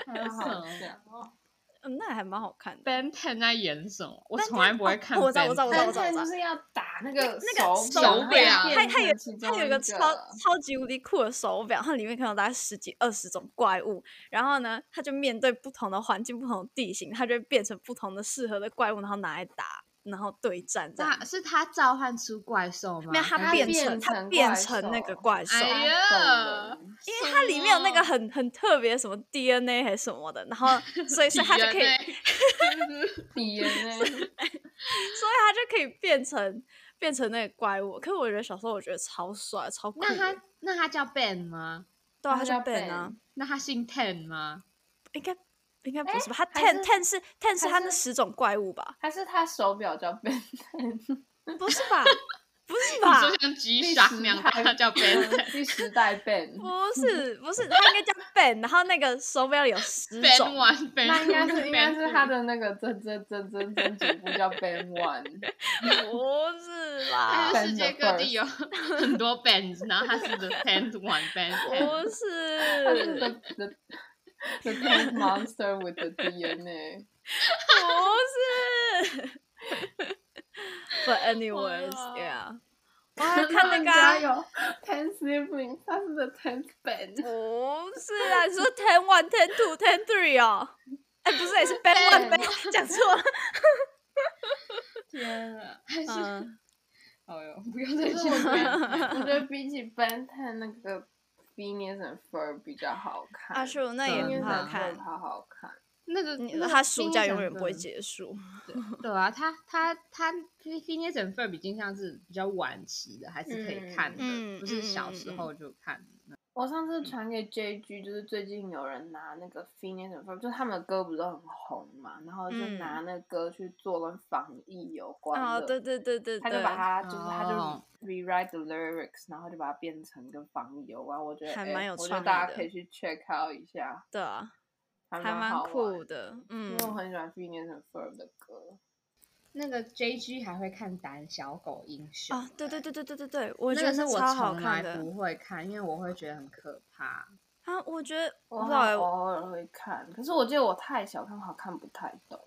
太好笑了。 嗯，那还蛮好看的。 ，Ben Ten 在演什么？我 Ben 从来 Ten，不会哦看我 Ben 知 Ten，道我知道我知道我知道但就是要打那个那个手表，表它它它有它它有一一个超超级无敌酷的手表，它里面可能有大概十几二十种怪物，然后呢，它就面对不同的环境、不同的地形，它就会变成不同的适合的怪物，然后拿来打，然后对战这样。那是他召唤出怪兽吗？没有，它它变变成它成变怪成那个兽怪兽，哎呀因为它里面有那个很很特别什么 DNA 还是什么的，然后所以所以它就可以，所以 DNA，它就可以变成变成那个怪物。可是我觉得小时候我觉得超帅超酷的，那他那他叫 Ben 吗？对啊，它它叫就变啊 Ben，那他姓 Ten 吗？应该应该不是吧？它还 ten 是 ten 是 ten 是还它那是十种怪物吧？ 还是他手表叫 Ben？不是吧？不是吧？说像 G 第傻十那样，代它嗯叫 Ben 第十代 Ben，不是不是，它应该叫 Ben，然后那个手表里有十 Ben 种， One Ben，那应该是应该是他的的那个真真真真真主部叫 Ben One，不是啦，世 Ben 界 the 各地有很多 Ben，然后他是 The Ten One Ben，不他是 the 是 the the pink monster with the DNA。不是。But 哇 anyways，yeah，我还看那个啊、有 ten siblings，他是 the tenth Ben。不是啊，你说 ten one ten two ten three 哦？哎、不是，也是 ben one ben，讲错了。天啊！还是嗯，哦哟，不要再可去是我觉 Ben，我觉得比起 Ben ten 那个 Phineas and Ferb 比较好看。阿树啊嗯那也很好看 Phineas and Ferb，好好看。那个你那个他暑假 Phineas 永 and 远不会 Ferb 结束。对啊，他他他 Phineas and Ferb 已经像是比较晚期的，还是可以看的，嗯不是嗯小嗯时嗯候就看的。我上次传给 JG，就是最近有人拿那个 Phineas and Ferb，就是他们的歌不是都很红嘛，然后就嗯拿那歌去做跟防疫有关的。哦，对对对对他对就，把它就是他哦就 rewrite the lyrics，然后就把它变成跟防疫有关。我觉得还哎蛮有我觉创得意大家的可以去 check out 一下，对啊，还还蛮好啊酷玩。的。因嗯为，我很喜欢 Phineas and Ferb 的歌，那个 JG 还会看《胆小狗英雄》啊，对对哎，对对对对对，我那觉个得是我超好从看来的不会看，因为我会觉得很可怕。啊，我觉得我我不知道好哎，哦偶尔会看，可是我记得我太小看，我好像看不太懂，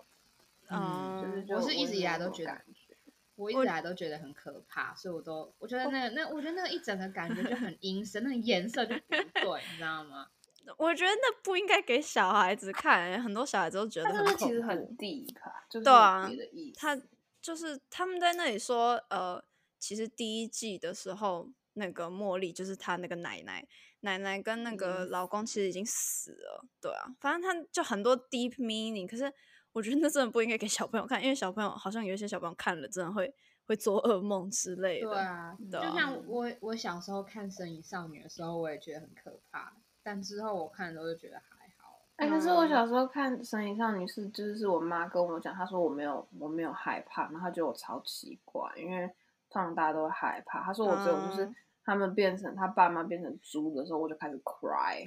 嗯就是嗯，就我是一直以来没有都什么觉得感觉我一直我来都觉得很可怕，所以我都我觉得那个那我觉得那个一整个感觉就很阴森，那个颜色就不对，你知道吗？嗯我觉得那不应该给小孩子看，很多小孩子都觉得它是很不是恐其实怖。很 deep 啊？就是对啊有别的意思。他就是他们在那里说，呃，其实第一季的时候，那个茉莉就是她那个奶奶，奶奶跟那个嗯老公其实已经死了，对啊，反正他就很多 deep meaning，可是我觉得那真的不应该给小朋友看，因为小朋友好像有一些小朋友看了真的会会做噩梦之类的，对啊，对就啊像我我小时候看《神隐少女》的时候，我也觉得很可怕，但之后我看的时候就觉得还好。哎、可是我小时候看《神隐少女》是，就是是我妈跟我讲，她说我没有我没有害怕，然后她觉得我超奇怪，因为通常大家都会害怕。她说我只有就是嗯他们变成他爸妈变成猪的时候，我就开始 cry。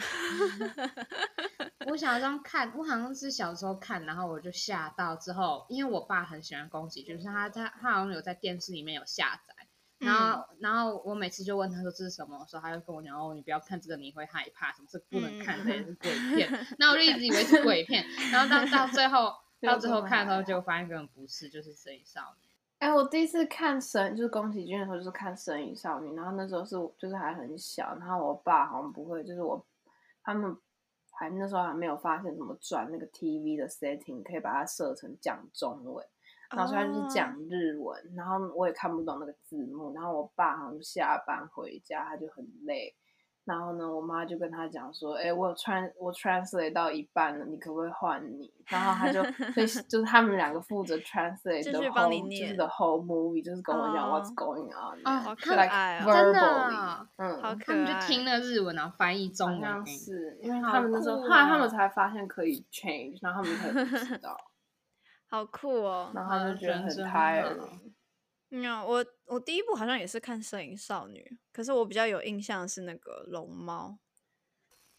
我小时候看，我好像是小时候看，然后我就吓到之后，因为我爸很喜欢宫崎骏，就是他他他好像有在电视里面有下载，然后、嗯然后我每次就问他说这是什么，的时候他就跟我讲哦，你不要看这个，你会害怕，什么是不能看的，嗯是鬼片。那我就一直以为是鬼片，然后到到最 后结果到最后看的根本还时候，好结果发现根本不是，就是《神隐少女哎、我第一次看神就是宫崎骏的时候，就是看《神隐少女》，然后那时候是我就是还很小，然后我爸好像不会，就是我他们还那时候还没有发现怎么转那个 TV 的 setting，可以把它设成讲中文。然后虽然哦是讲日文，然后我也看不懂那个字幕，然后我爸好像下班回家他就很累，然后呢，我妈就跟他讲说，哎、我穿我 translate 到一半了，你可不可以换你？然后 他就所以就是他们两个负责 translate 就 the 是帮你 whole 就是念 the whole movie，就是跟我讲哦 what's going on，、哦好可 like 爱哦 verbally，真的哦嗯，》，他好可们爱，就听了日文，然后翻译中好文像给你。是因为好他们那时候，酷后来他哦们才发现可以 change，然后他们才不知 道，好酷哦。然后他们就觉得人很真 tired 好。没有，我我第一部好像也是看《摄影少女》，可是我比较有印象的是那个龙猫，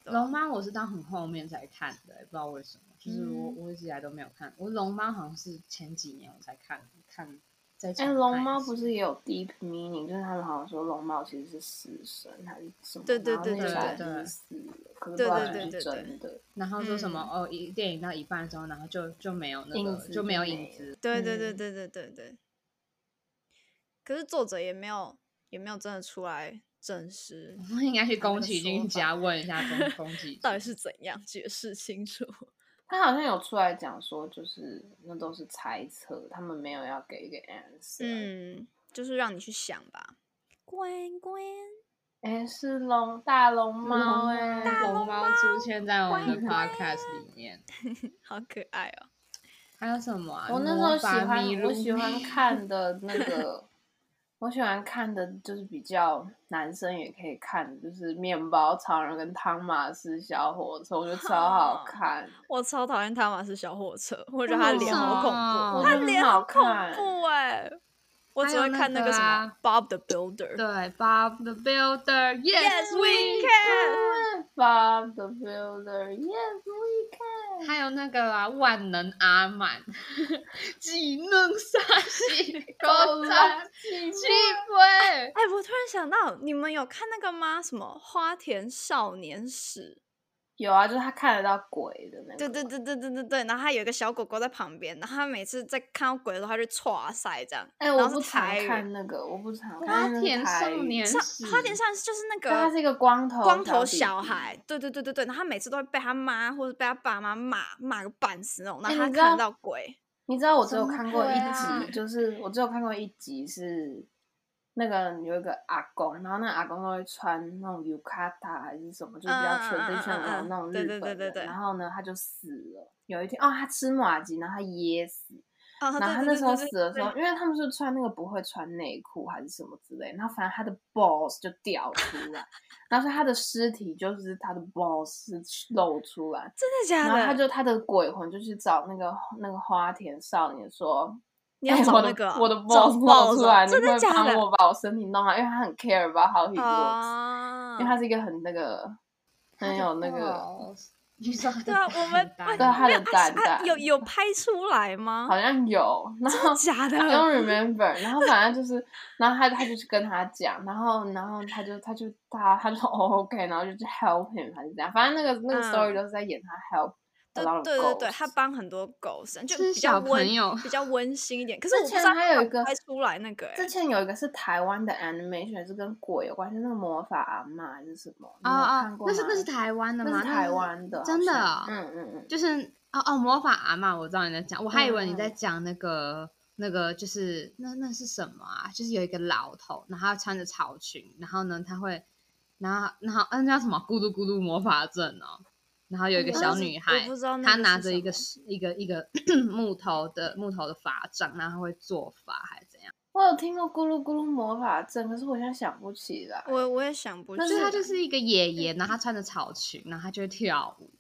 龙猫我是到很后面才看的、不知道为什么，就是我、嗯我一直以来都没有看。我龙猫好像是前几年我才看看再重哎，看一次。龙猫不是也有 deep meaning，就是他们好像说龙猫其实是死神还是什么，对对然后那对个对小孩对就是对死了，可是不对知道对是对不对是真的。然后说什么、嗯哦，一电影到一半之后，然后就就没有那影个子就没就有没影了子。对对对嗯对对对对。可是作者也没有也没有真的出来证实我应该去宫崎说骏法家问一下宫宫崎 骏 到底是怎样解释清楚。他好像有出来讲说，就是那都是猜测，他们没有要给一个 answer。，嗯，就是让你去想吧。关关，哎，是龙大龙猫哎，龙猫出现在我们的乖乖 podcast 里面。好可爱哦。还有什么、啊？我那时候魔喜法欢迷，我路喜 欢看的那个，我喜欢看的就是比较男生也可以看的，就是《面包超人》跟《汤马斯小火车》，我觉得超好看，我超讨厌汤马斯小火车，我觉得为他什脸好恐么怖，我他觉得很脸好很恐看怖哎、我只会还有看那那个个什么啊 Bob the Builder。对，Bob the Builder，Yes Yes, we we can。 Bob the Builder，Yes we can。还有那个啊，万能阿 满，技能杀西 高啦山气味，哎，我突然想到，你们有看那个吗？什么《花田少年史有啊，就是他看得到鬼的那》？个。对对对对对对对。然后他有一个小狗狗在旁边，然后他每次在看到鬼的时候，他就唰塞这样。哎、然我后不是常台语。看那个，我不常看。因花为那是田台少语年上史，花田上是就是那个，但他啊是一个光头光头弟小弟孩，对对对对对，然后他每次都会被他妈或者被他爸妈骂骂个半死那种，然哎后他你知看道到鬼，你知道我只有什么看过一鬼集，啊就是我只有看过一集是那个有一个阿公，然后那个阿公都会穿那种 yukata 啊还是什么，就是比较嗯嗯嗯 traditional 那嗯种嗯那种对日本对对对人对然后呢，他就死了。有一天，哦，他吃马吉，然后他噎死。啊，然后他对那对时候对对死的时对候，因为他们是穿那个不会穿内裤还是什么之类，然后反正他的 balls 就掉出来， 然后所以他的尸体就是他的 balls 是露出来，真的然后假他的？就他的鬼魂就去找那个那个花田少年说，你要哎找我那的个啊我的找 boss 露出 balls 啊来，你真的会假帮的我把我身体弄好，因为他很 care about how he looks，、啊因为他是一个很那个很有那个，哦，你知道对啊，我 们对对他没有的蛋啊啊蛋有有拍出来吗？好像有， 然后假的 I don't remember，然后反正就是，然后他他就去跟他讲，然后然后他就他就他他就说 哦 OK，然后就去 help him 还是怎样，反正那个那个嗯 story 都是在演他 help 对 a lot of 对对对， ghosts 他帮很多狗生，就是比较小温朋友比较温馨一点。可是之我不知前道还有他一个拍出来那个，欸之哎，前有一个是台湾的 animation 是跟鬼有关，是那个魔法阿嬷还是什么？你哦有哦看，过那是吗那是台湾的那吗？是台湾的好像，真的啊嗯嗯嗯，就是哦哦，魔法阿嬷，我知道你在讲，我还以为你在嗯讲那个那个，就是那那是什么啊？就是有一个老头，然后他穿着草裙，然后呢，他会，然后然后嗯，那叫什么咕噜咕噜魔法阵哦，然后有一个我小不知女我孩，不知道嗯那她个拿是着什一个么石一个一个 木头的木头的法杖，然后她会做法还是怎样？我有听过咕噜咕噜魔法阵，可是我现在想不起来。我我也想不起就是来，她就是一个爷爷，然后她穿着草裙，然后她就会跳舞。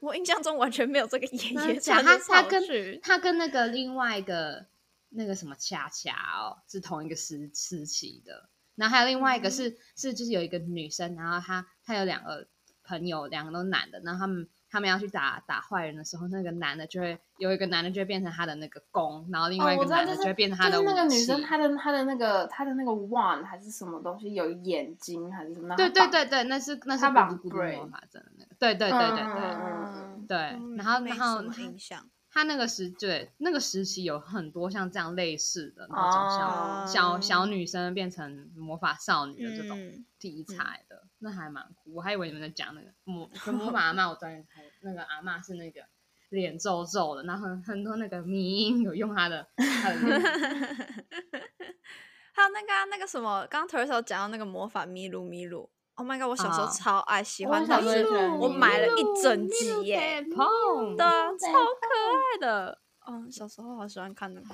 我印象中完全没有这个爷真的爷嗯假他穿着他草跟 裙他跟那个另外一个那个什么恰恰哦，是同一个时时期的。然后还有另外一个嗯是、是就是有一个女生，然后她她有两个朋友，两个都男的，然后他们他们要去打打坏人的时候，那个男的就会有一个男的就会变成他的那个弓，然后另哦外一我个知道男的就就是会变成他的就武器。是那个女生，她的她的那个她的那个 one 还是什么东西，有眼睛还是什么？然后对她对绑对对，那是那是他咕绑噜咕噜 braid 魔法阵的那个，对对对对对、嗯对。嗯然后没然什后么她印象。他那个时对那个时期有很多像这样类似的那种小、哦小小女生变成魔法少女的这种嗯， 题材的，那还蛮酷。我还以为你们在讲那个魔跟魔法阿嬷，我昨天才那个阿嬷是那个脸皱皱的，然后很很多那个迷音有用她的她的那个还有那个、啊、那个什么，刚刚 t e r s 讲到那个魔法咪噜咪噜，Oh my god！我小时候啊超爱，喜我欢也到小就时候也是喜欢我咪买了噜一整集耶，砰对啊，咪超噜可爱的。嗯，小时候好喜欢看那个，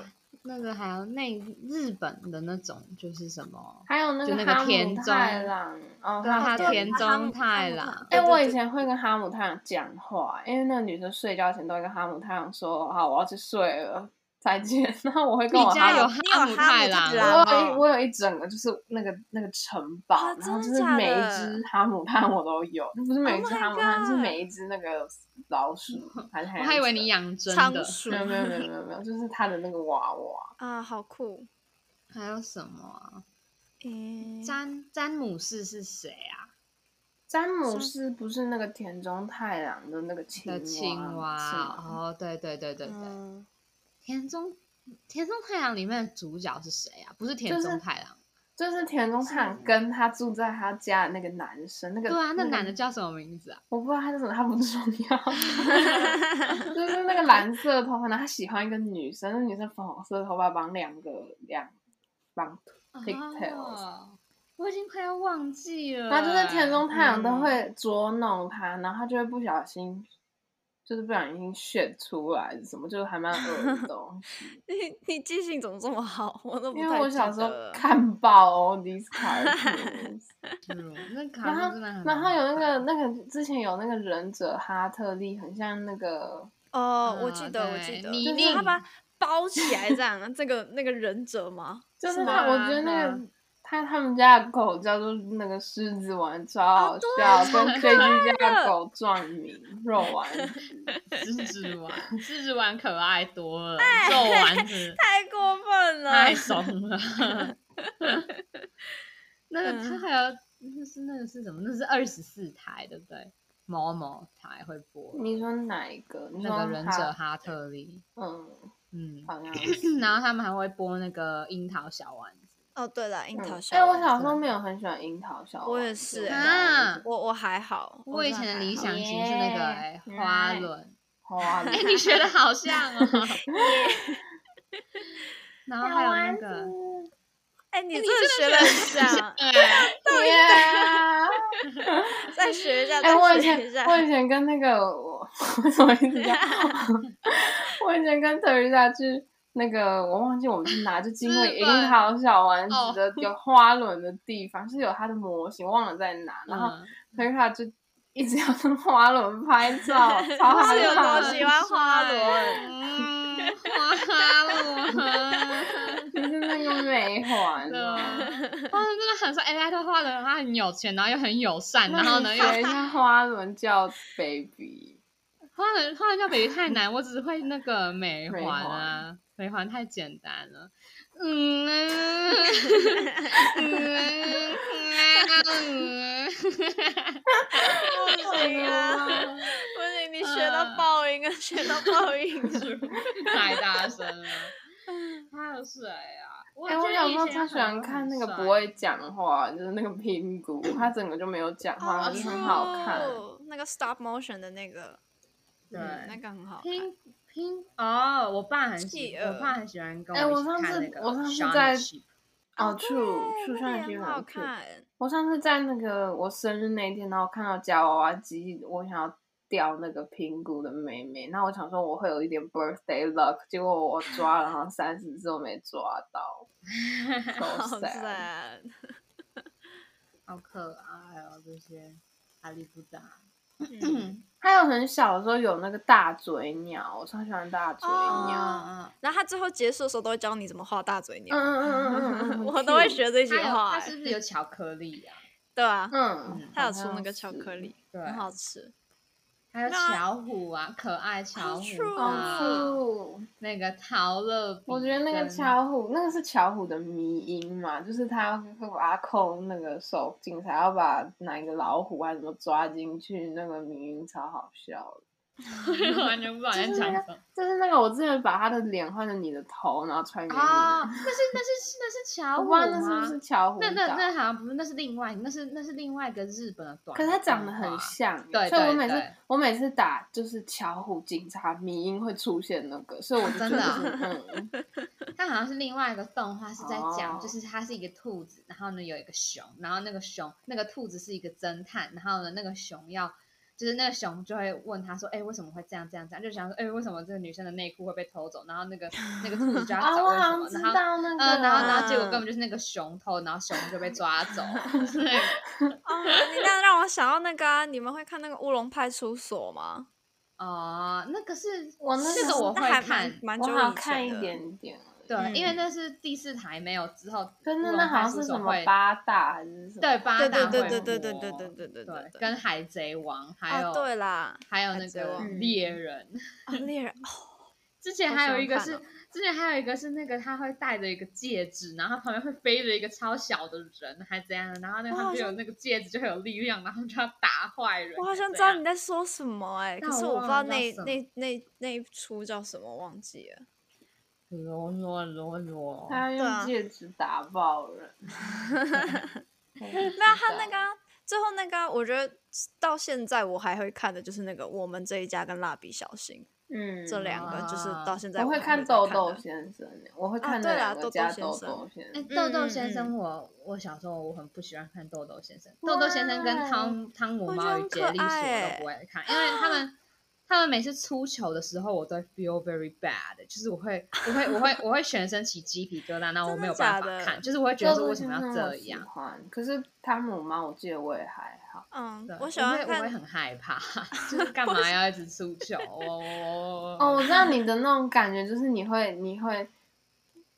那个还有那日本的那种就是什么，还有那就个那个哈田姆中太郎，哦，对啊，对田他中们太他们郎。哎、对我对以前会跟哈姆太郎讲话，因为那个女生睡觉前都会跟哈姆太郎说：“好，我要去睡了，再见。”然后我会跟你我家哈有姆你姆有哈姆太太郎郎哦？我有一我有一整个就是那个那个城堡，啊然后真就的是假每一的只哈姆太郎我都有，不是每一 Oh 只 my 哈姆太郎，是 god 每一只那个老鼠，还是海我洋还以为你蛇养真仓的。鼠没有没有没有没有没有，就是他的那个娃娃， 啊，好酷。还有什么啊？诶，詹詹姆士是谁啊？詹姆是斯不是那个田中太郎的那个青的青蛙蛙是吗哦，对对对对对，嗯田中田中太郎里面的主角是谁啊？不是田就是中太郎，就是田中太郎跟他住在他家的那个男生，那个对啊，那个男的叫什么名字啊？我不知道他是什么，他不重 要，就是那个蓝色头发，然后他喜欢一个女生，那女生粉红色头发绑两个两绑，Pigtails 哦，我已经快要忘记了。欸然后就是田中太郎嗯都会捉弄他，然后他就会不小心。就是不小心炫出来还是什么，就是还蛮恶的东西。你你记性怎么这么好？ 我都不因太为我记小时候得了看爆哦 these cartoons，嗯，那卡然通后真的很然后好有那个看那个之前有那个忍者哈特利，很像那个哦，我啊记得，我对记得，泥就是他泞把包起来这样啊，这个那个忍者吗？就是是那吗我觉得 那个嗯他他们家的狗叫做那个狮子丸，超好啊对笑，超跟追剧爱家的狗撞名肉丸子，狮子丸，狮子丸可爱多了，哎肉丸 子太过分了！太怂了。 那个他嗯还有那是那个是什么？那是二十四台对不对？某某台会播你说哪一个？你说那个忍哈者哈特利，嗯，嗯，好像。然后他们还会播那个樱桃小丸子。哦，对了，樱嗯桃哎、小我丸子，小时候没有很喜欢樱桃小丸子，我也是哎啊，我我还好，嗯我以真前的还理好想型是那个哎耶花耶轮，花哎，你学的好像哦。然后还有那小个，哎，你真的学的很像，哎，呀！再学 一下，哎、我再以学一前下。我以前跟那个我 我怎么一直讲？我以 前跟特瑞莎去那个，我忘记我们去哪，就经过日本樱桃小丸哦子的有花轮的地方，就是有它的模型，忘了在哪。然后嗯特瑞莎就一直要跟花轮拍照，超好是有多笑喜欢花很帅轮嗯，花 轮，就是那个美 环对啊。嗯啊，花轮真的很帅。哎，拜托花轮，他很有钱，然后又很友善，然后那呢你又学一下花轮叫 baby，花轮花轮叫 baby 太难，我只会那个美美环啊，美环太简单了。嗯嗯嗯嗯 不行啊，不行，你学到嗯爆音啊，学到爆音啊。嗯，太大声了。还有谁啊？我哎、我觉得小以时候前超喜欢很看那个帅不会讲话，就是那个拼谷，他整个就没有讲话，然后就很好看。 true，那个 stop motion 的那个，对嗯那个很好看。拼拼哦，我爸很喜企，我鹅爸很喜欢跟哎我我一起上看次那个我上次 Shaun the 在 Sheep 哦对，True，那出个上也去很好很 cute。看。我上次在那个我生日那一天，然后看到夹娃娃机，我想要钓那个拼谷的妹妹，那我想说我会有一点 birthday luck，结果我抓了好像三十只我没抓 到，好好 sad。赞！好可爱哦，这些阿里不达，嗯还有很小的时候有那个大嘴鸟，我超喜欢大嘴哦鸟。嗯然后他最后结束的时候都会教你怎么画大嘴嗯嗯鸟，嗯嗯嗯嗯，我都会很 cute。学这嗯，它些有画它欸，是不是有巧克力啊？对啊，嗯，他有好出像那个巧是克。力，对，很好吃。还有那巧虎啊，可爱巧虎酷啊，哦，那个陶乐比跟，我觉得那个巧虎，那个是巧虎的迷音嘛，就是他会把它扣那个手，警察要把哪一个老虎还是什么抓进去，那个迷音超好笑的。 我完全不知道你就是那在讲个什么。就是那个我之前把他的脸换成你的头，然后嗯传给你的，哦，那是那是那是我巧虎不知道那是不是吗？巧虎那那岛那好像不是，那是另外，那是那是另外一个日本的短动画。可是它长得很像耶，对所以对我每次对我每次打就是巧虎警察迷音会出现那个，所以我就觉真得的是、它好像是另外一个动画是在讲，哦就是它是一个兔子，然后呢有一个熊，然后那个熊那个兔子是一个侦探，然后呢那个熊要就是那个熊就会问他说，哎、为什么会这样这样这样？就想说，哎、为什么这个女生的内裤会被偷走？然后那个那个兔子就嗯要啊，找我为好什像么，知然后。道那个啊，嗯，然后，然后结果嗯根本就是那个熊偷，然后熊就被抓走。对，哦，你那样让我想到那个啊，你们会看那个《乌龙派出所》吗？哦，那个是我那这个个我那会还看，蛮蛮我久好像以看前一的。点点而已。对，因为嗯那是第四台没有之后，可是那乌龙那好派像出是所什么会八大还是什么？对八对大对会对对对对对播对对对对对，跟海贼王还有、啊，对啦，还有海那贼个王猎人。 啊猎人哦之前好还喜有欢一个看是哦，之前还有一个是那个他会戴着一个戒指，然后旁边会飞着一个超小的人，还怎样的？然后那个我他好们就有像那个戒指就会有力量，然后就要打坏人。我好还像怎知道样你在说什么哎、啊但可是我我不知道忘了那叫什那那那一出叫什么，忘记了。罗罗罗罗，他对用啊戒指打爆人。那他那个啊最后那个啊，我觉得到现在我还会看的就是那个《我们这一家》跟《蜡笔小新》嗯，这两个，就是到啊现在我会还看看豆的豆先生，欸我会看对那啦两个豆豆加先豆生豆先哎，生。豆豆嗯先嗯生我，我小时候我很不喜欢看豆豆先生，豆豆先生跟 Why？汤汤姆我觉猫得与很杰可利鼠我爱啊都不会看，因为他们他们每次出糗的时候，我都会 feel very bad，就是我会我会我会我会全身起鸡皮疙瘩，然后我真没的有办假法的看，就是我会觉得豆说豆为什先么要生我这喜样。欢，可是汤姆猫我记得我也还好。嗯对，我喜会欢我会看，很害 怕，就是干嘛要一直出糗哦？哦，我知道你的那种感觉，就是你会你会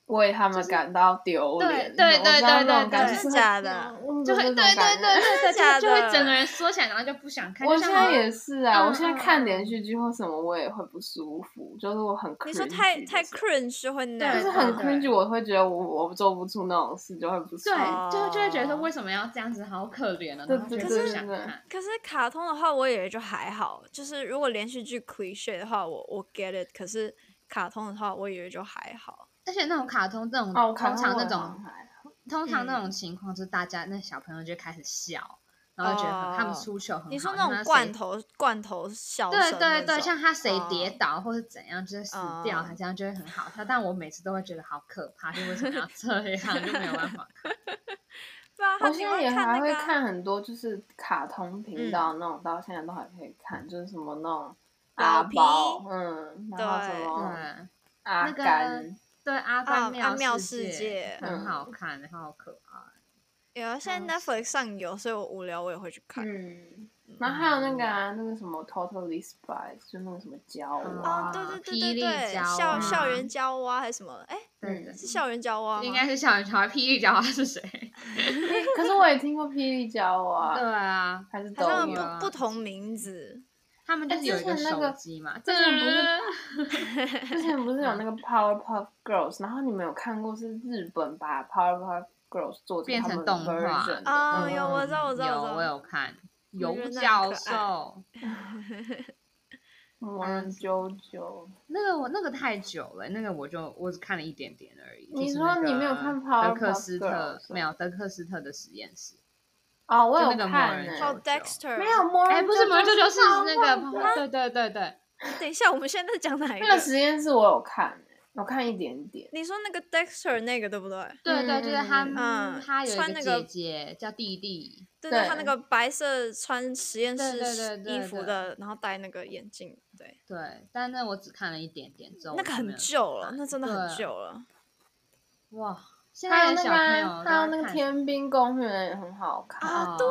为他们感到丢对脸，对我对知道对那种对感对觉真是的假很的嗯就会就对是对那种感对觉 对对，假就就会的整个人缩起来，然后就不想看。我就现像在也是啊，嗯我现在嗯看嗯连续剧或什么，我也会不舒服，就是我很你说 cringy 太的太时候 cringe 就会那对样，就是很对 cringy，我会觉得我我做不出那种事，就会不舒服。哦对，就就会觉得说为什么要这样子，好可怜啊，对然后觉得对不对想对看。可是卡通的话，我也就还好，就是如果连续剧 cliche 的话，我我 get it。可是卡通的话，我以为就还好。而且那种卡通，这种哦，我通看嗯到常我那也好种像还通常那种情况就是大家那小朋友就开始笑，然后就觉得很他们哦出糗嗯很好。你说然那后种他罐谁头罐头笑对声对那对，种像他谁跌嗯倒或者怎样，就是死掉，嗯他这样就会很好笑。但我每次都会觉得好可怕，就为什 么要这样，就没有办法。对啊，他我现在也还那会个啊看很多，就是卡通频道那种，到现在都还可以看，就是什么那种老阿皮宝，嗯，然后什对么对阿那个甘，对，阿哦啊甘阿妙世世界很嗯好看，然后好可爱。有啊，嗯现在 Netflix 上有，所以我无聊我也会去看。嗯，然后还有那个啊，那个什么 Totally Spies，就那个什么胶哦啊，，对对对霹对雳对，娇校校啊园娇蛙还是什么？哎，对对嗯，是校园娇蛙吗？应该是小人小孩霹雳娇娃是谁？ 可是我也听过霹雳胶 对 啊，啊，还是好抖像音有啊不不同名字。他们就哎是有之一个前那手个机嘛，之前不是噔 之前不是有那个 Powerpuff Girls，然后你们有看过是日本把 Powerpuff Girls 做变他成们的动画 version 的哦，有我嗯知道，我知道，有我知道。有看，我觉尤得那教很可爱授魔嗯人啾啾。那个我那个太久了，那个我就我只看了一点点而已。你就是说那你没有个看德 Powerpuff 克斯特 Girls 没有德克斯特的实验室？哦，我就有那个魔看人呢、啾哦有，Dexter，没有。魔人哎，啾不是魔啾人啾啾，是漫那画个对对对对，等一下，我们现在在讲哪一那个个？实验室我有看、欸我看一点点。你说那个 Dexter 那个对不对？对对，就是他嗯嗯嗯嗯他有穿一那姐个姐叫弟弟，对对，他那对个白色穿实验对室对是对衣对服对的，然后戴那个眼镜，对，对，但那我只看了一点点之后，那我就个没很有旧了，那真的对很旧了。哇！现还在有那的小个朋啊、友还有都那个看嗯天兵公园也很好看。啊对，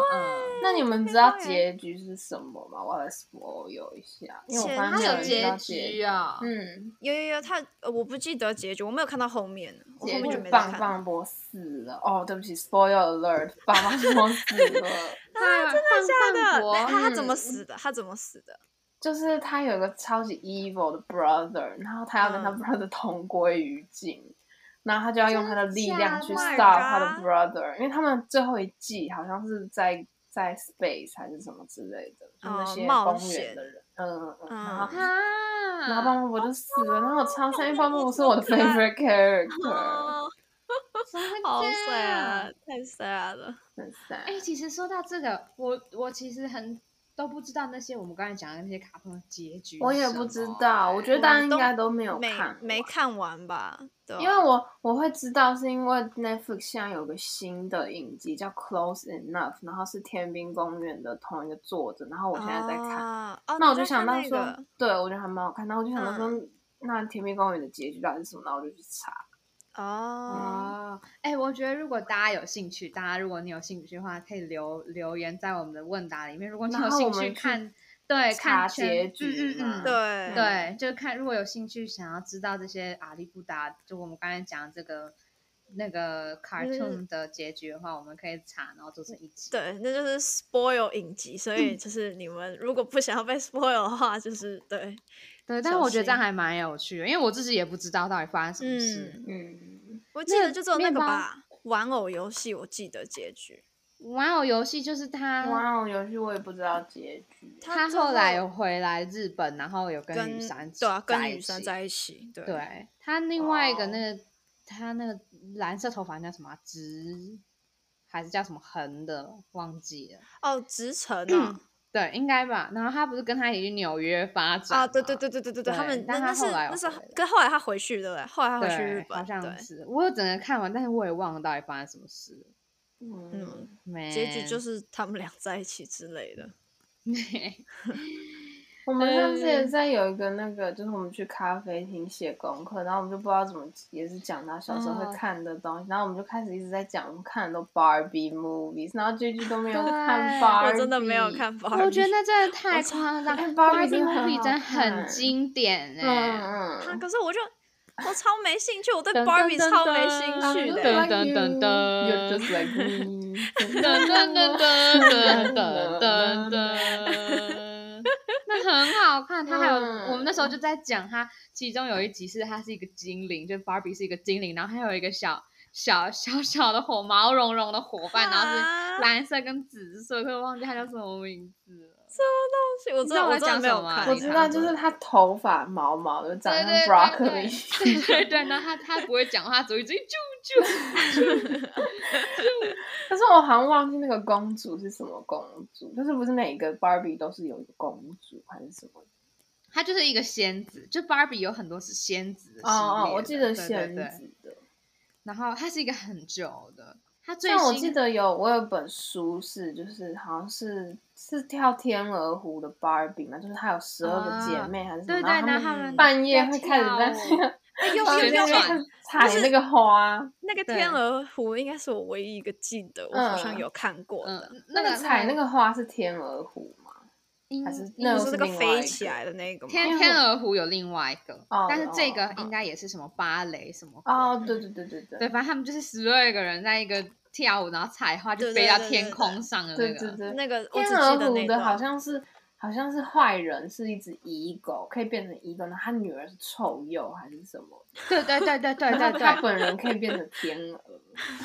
那你们知道天兵公结局是什么吗？我来 spoil 有一下，因为我前发他现有有人知结道局局。啊，嗯，有有有，他呃我不记得结局，我没有看到后面，我后面就没再放看了。放播四了。哦，对不起，spoil alert，放放 播四了。啊，真的真的那他他嗯怎么死的？他怎么死的？就是他有个超级 evil 的 brother，然后他要跟他嗯 brother 同归于尽，然后他就要用他的力量去真的 stop 假的，Oh 他的 brother，因为他们最后一季好像是在在 space 还是什么之类的，就那哦些冒公园险的人，嗯嗯嗯，然后嗯。啊？然后棒棒我就死了，然后我超伤，因为棒棒我是我的我不知道 favorite character， 哦，怎么会好这 sad，样？太 sad 了。很 sad。哎、其实说到这个，我我其实很都不知道那些我们刚才讲的那些卡通的结局是什么我欸，也不知道，我觉得我大家们应都该都没有没看，没。看完吧？对啊，因为我我会知道，是因为 Netflix 现在有个新的影集叫《Close Enough》，然后是《天兵公园》的同一个作者，然后我现在在看，啊哦，那我你就在想看到那说，个对我觉得还蛮好看，那我就想到说，那《天兵公园》的结局到底是什么？然后我就去查，哦，哦，哎、我觉得如果大家有兴趣，大家如果你有兴趣的话，可以留留言在我们的问答里面。如果你然有后兴我们趣去看，对，查看结圈局嘛嗯嗯嗯，对对，就看如果有兴趣想要知道这些阿里不达，就我们刚才讲这个那个 cartoon 的结局的话，我们可以查，然后做成一集。对，那就是 spoil 影集，所嗯以就是你们如果不想要被 spoil 的话，就是对，对，但小我觉得这样心还蛮有趣的，因为我自己也不知道到底发生什么事。嗯，嗯，我记得就只有那面个包吧，玩偶游戏我记得结局，玩偶游戏就是他，哇哦，游戏我也不知道结局，他最后来有回来日本，然后有跟跟雨山对啊，跟在一雨山起在一起，对对他另外一个哦那个、他那个蓝色头发叫什么啊直还是叫什么横的忘记了，哦，直城嗯啊对，应该吧。然后他不是跟他一起去纽约发展啊，对对吗对对对对对，他对们那但那他是后来有那是回来跟后来他回去对不对？后来他回去对日好本，像对，是。我有整个看完，但是我也忘了到底发生什么事了。嗯，嗯， 没结局就是他们俩在一起之类的。我们上次也在有一个那个，就是我们去咖啡厅写功课，然后我们就不知道怎么，也是讲到小时候哦会看的东西，然后我们就开始一直在讲我们看的都 Barbie movies，然后 J J 都没有看对 Barbie，我真的没有。 看 b a 嗯 r 我觉得那真的太超夸张哎，Barbie ，Barbie 真的很 movie 好真的很看经典哎。嗯他，嗯，啊可是我就我超没兴趣，我对噔噔 Barbie 噔超没噔兴 趣噔噔的欸。噔噔 You're 噔 just like me 噔噔噔噔噔噔噔噔，那很好看。它还有、嗯我们那时候就在讲它，其中有一集是它是一个精灵，就 Barbie 是一个精灵，然后还有一个小小小小的火毛茸茸的伙伴，然后啊是蓝色跟紫色，可我忘记它叫什么名字了。是我你知真道的我在讲真的没什有么吗看，我知道，就是他头发毛毛的，长得像 broccoli。 对对对对，然后它它不会讲话，它只会一直啾啾。可是我好像忘记那个公主是什么公主，就是不是每个 Barbie 都是有一个公主还是什么？它就是一个仙子，就 Barbie 有很多是仙子的系列的。哦哦，我记得对仙对对子的。然后它是一个很久的，它最但我记新得有我有本书是就是好像是是跳天鹅湖的 Barbie 嘛，就是她有十二个姐妹还是什么，对然对，后那她们他们们半夜会开始在 跳那舞个哎呦哦呦有呦有！哎有采那个花，那个对天鹅湖应该是我唯一一个记得，我好像嗯有看过的。嗯，那个采那个花是天鹅湖嘛？应还是应那就个是那是个另外飞一起个来的那个吗？天天鹅湖有另外一个哦，但是这个哦应该也是什么芭蕾什么哦，对对对对鬼对对，反正他们就是十二个人在一个跳舞，然后采花就对对飞到对对天对空上的那对对个。对，那个我天只鹅记得湖那的段好像是好像是坏人，是一只遗狗，可以变成遗狗，然后他女儿是臭鼬还是什么？对对对对对对然后对他本人可以变成天鹅，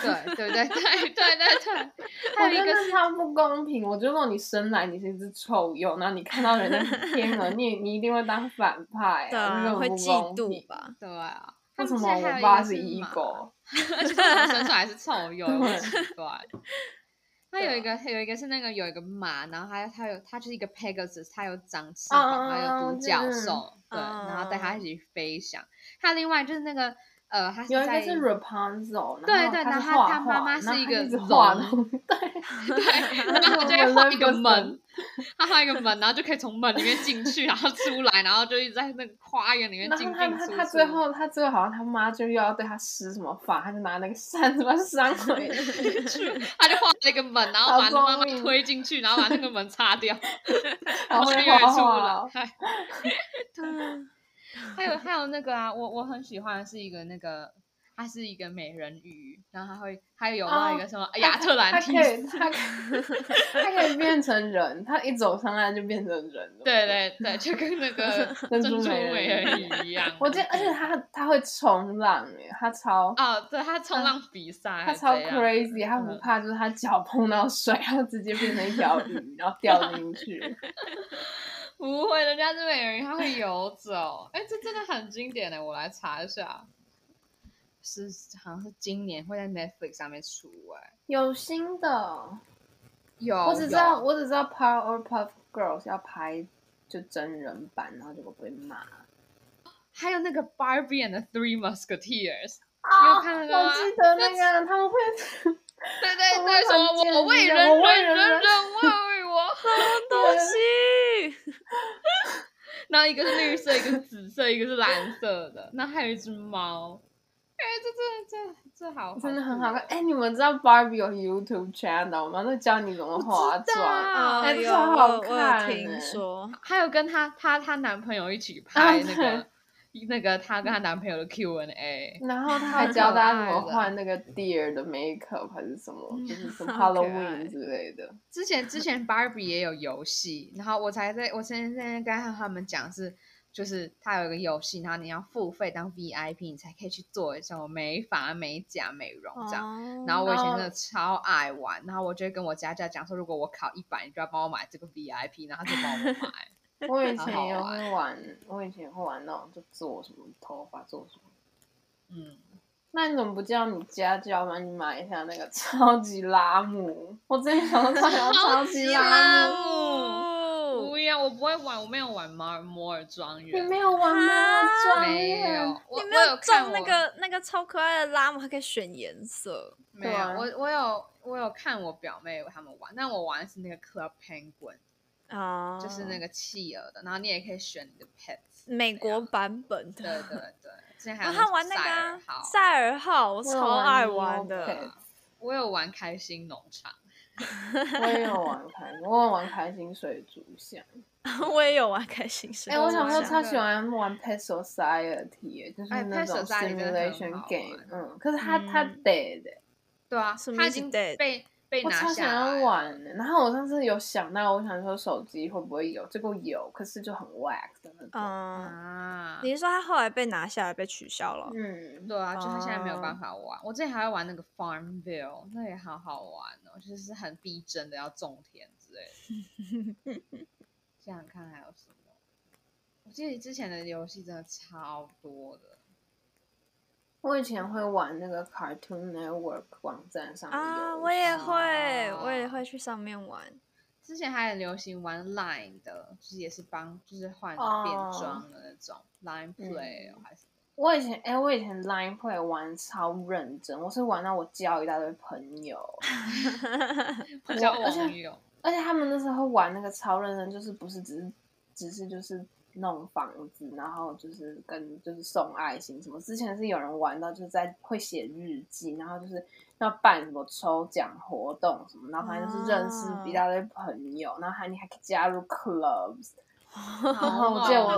对对对对对对对， 我还有觉一得个那超不公平。我觉得如果你生来你是一只臭鼬，然后你看到人家是天 鹅，你你一定会当反派、对啊，啊，这种会不嫉公妒平。吧？对啊，他为们什之么前还有我一爸个是是遗马狗？ 而且他生出 来是臭鼬，对很 奇怪。他对有啊一个，有一个是那个有一个马，然后还有它有它就是一个 Pegasus，它有长翅哦膀，哦还有哦独角就是兽，对，然后带它哦一起飞翔。还有另外就是那个呃，它是有一个在是 Rapunzel，对然对后然后是他画他妈妈画是一个然后他直画龙 东西，对，对， 然后它就会画一个门， 它画一个门，然后就可以从门里面进去，然后出来，然后就一直在那个花园里面然进后进他他出出。他最后他最后好像他妈就又要对他施什么法，他就拿那个扇子把他扇 回去。 他就画了一个门，然后把好妈妈聪明推进去，然后把那个门擦掉，好然后会就画越出画 哦来。啊还有还有那个啊，我我很喜欢的是一个那个，它是一个美人鱼，然后它会还有那一个什么、亚特他兰哦可蒂以斯，他可以他可以变成人，他一走上岸就变成人了。对对对，就跟那个珍珍珠珠美美人鱼人鱼一样。我记得，而且他他会冲浪诶，他超哦，对，它冲浪比赛他还是超怎样， crazy，他不嗯怕，就是他脚碰到水， 然后直接变成一条鱼，然后掉进去。不会，人家是美人鱼，它会游走。哎，这真的很经典的，我来查一下。是，好像是今年会在 Netflix 上面出哎、 有新的，有，我只知道哦有我只知道 Powerpuff Girls 要拍就真人版，然后结果被骂。还有那个 Barbie and the Three Musketeers，、你有啊，看那个我吗？记得那个他们 会，对我们对对，什么很贱我我为的人我为人人人人人为我， 东西，然后一个是绿色，一个是紫色，一个是蓝色的，然后还有一只猫。哎，这这这这好，真的很酷好看。哦。哎、你们知道 Barbie 有 YouTube channel 吗？那教你怎么化知道妆。啊哎这个呦，我好有我有看听欸说，还有跟她她她男朋友一起啊拍那个、那个她跟她男朋友的 Q&A，然后他还太教可大家怎爱么了换那个 deer 的 makeup 还是什么，嗯就是什么好可爱 Halloween 之类的。之前之前 Barbie 也有游戏，然后我才在我前在跟他们讲是，就是它有一个游戏，然后你要付费当 VIP，你才可以去做什么美发、美甲、美容这样。哦嗯然后我以前真哦的超爱玩，然后我就会跟我家教讲说，如果我考一百，你就要帮我买这个 VIP，然后他就帮我买。 我以好前好也玩会玩，我以前也会玩那种就做什么头发做什么。嗯，那你怎么不叫你家教帮你买一下那个 超级拉姆？我之前想到想要超级拉姆，姆不要，我不会玩，我没有玩摩尔摩尔庄你园，没有玩吗？专没业有，我你没我有看中我那个那个超可爱的拉姆，还可以选颜色。没对有，啊我我有我有看我表妹他们玩，但我玩的是那个 Club Penguin，啊，就是那个个企鹅的，然后你也可以选你的 pets 怎么样。美国版本对的。对对，之前还有我看玩那塞个尔啊号赛尔号，我我有超玩爱 New 玩 Pets 的。我有玩开心农场，我也有玩开，我有玩开心水族箱。 我也有玩开心水哎、族我箱。小时候超想喜欢玩 Pet Society，耶就是哎那，Pet 种 Society 真的很好 simulation 玩哦 game。嗯，可是它它嗯得的，对啊什，么它意已思经对被被我拿超想下来要了。玩的。然后我上次有想到，我想说手机会不会有，结果有，可是就很 whack 的那哦种。嗯，啊，你是说他后来被拿下来被取消了？嗯，对啊，就他现在没有办哦法玩。我之前还会玩那个 Farmville，那也好好玩哦，就是很逼真的要种田之类的。想想看还有什么？我记得之前的游戏真的超多的。我以前会玩那个 Cartoon Network 网站上的啊，游我也戏会，我也会去上面玩。之前还很流行玩 Line 的，就是也是帮，就是换哦变装的那种、Line Play 哦、还是我以前哎、我以前 Line Play 玩超认真，我是玩到我交一大堆朋友，我交而且网友。而且他们那时候玩那个超认真，就是不是只是只是就是弄房子，然后就是跟就是送爱心什么。之前是有人玩到就是在会写日记，然后就是要办什么抽奖活动什么，然后反正就是认识啊一大堆朋友，然后还你还可以加入 clubs，然然后我记得我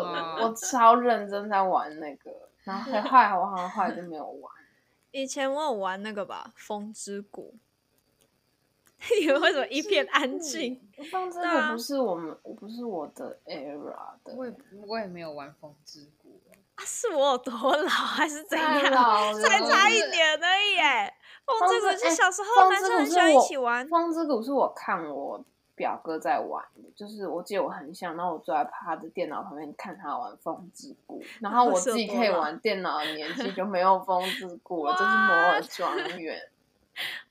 我超认真在玩那个，然后后来我好像后来就没有玩。以前我有玩那个吧，《风之谷》， 你们为什么一片安静？放这 对啊个不是我们，不是我的 era 的，我也我也没有玩风之谷，啊，是我有多老还是怎太样？老 了才差就一是年而已耶。风之风谷之是哎小时候风男之生谷很是喜欢一我起玩，风之谷是我看我表哥在玩的，就是我记得我很小，然后我坐在他的电脑旁边看他玩风之谷，然后我是有自己多可以老玩电 脑的年纪就没有风之谷了，这是摩尔庄园。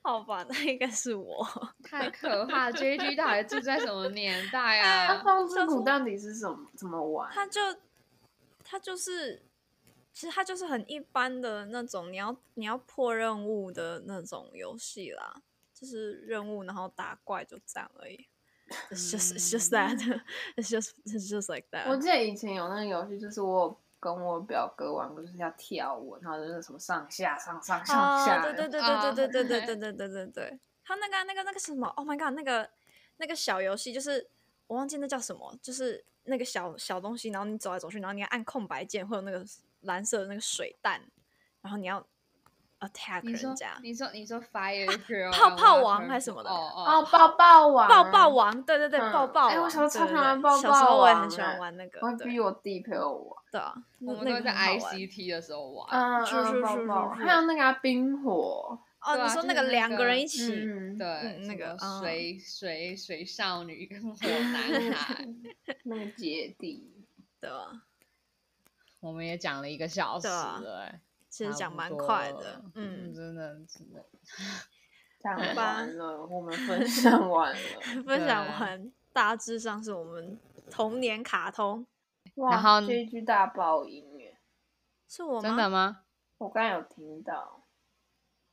好吧，那应该是我。太可怕了！J G 到底住在什么年代那啊？风之上次谷我到底是什么怎么玩？他就他就是，其实他就是很一般的那种，你要你要破任务的那种游戏啦，就是任务然后打怪就这样而已。It's just it's just that. It's just it's just like 我 that. 记得以前有那个游戏，就是我有跟我表哥玩过，就是要跳舞，然后就是什么上下上上上下啊，的，对对对啊对对对对对对对对对，他那个那个那个什么，Oh my god，那个那个小游戏就是我忘记那叫什么，就是那个小小东西，然后你走来走去，然后你要按空白键，会有那个蓝色的那个水弹，然后你要 attack 你说人家。你说你说 Fire Girl 泡 and 泡 Water 王还是什么的哦哦哦，，抱抱王，抱抱，王，对对对，嗯抱抱王，哎我小时候超对对喜欢对抱小时候抱我也王很喜欢哎玩那个，我还逼对我弟陪我玩。对啊，我那们那都个在很好玩 ICT 的时候玩，嗯是是嗯，抱是抱是是还有那个啊冰火，哦，对你啊说就那是个那两个人个一起，嗯，对，嗯那个什么啊水水水少女 跟火男孩，那个姐弟，对啊，我们也讲了一个小时对啊了欸，其实差讲不蛮多快的了，嗯，真的真的，讲好吧完了，我们分享完了， 分享对完大致上是我们童年卡通，哇，然后呢这一句大爆音耶，是我真的吗？吗？我刚刚有听到。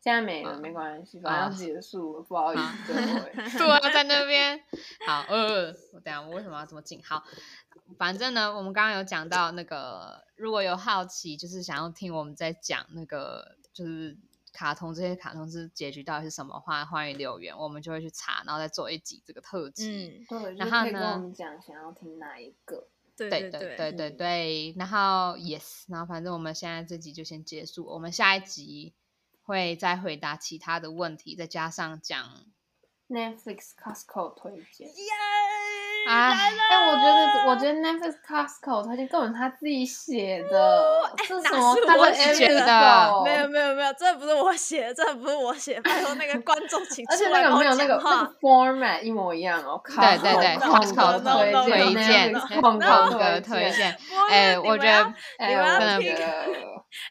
现在没了，嗯没关系，反哦正要结束了，不好意思啊，各 位。对啊，在那边。好，呃，我等一下我为什么要这么近？好，反正呢，我们刚刚有讲到那个，如果有好奇，就是想要听我们在讲那个，就是卡通这些卡通是结局到底是什么的话，欢迎留言，我们就会去查，然后再做一集这个特辑。嗯， 对，就然是后可以跟呢我们讲想要听哪一个。对对对对对对嗯对，然后 yes，然后反正我们现在这集就先结束，我们下一集会再回答其他的问题，再加上讲 Netflix、Costco 推荐。耶！啊来了，哎，我觉得，我觉得 Netflix、Costco 推荐根本他自己写的，这哦哎哪什么是他我啊的写 episode 的没有没有没有，这不是我写的，这不是我写的，拜托那个观 众请而且出那来个帮没有我那个讲那个话。 format 一模一样哦。对对对空格 Costco 推推荐荐， Netflix 空空格推格推，荐。不是哎哦你我们觉要得哎，你我们要觉听得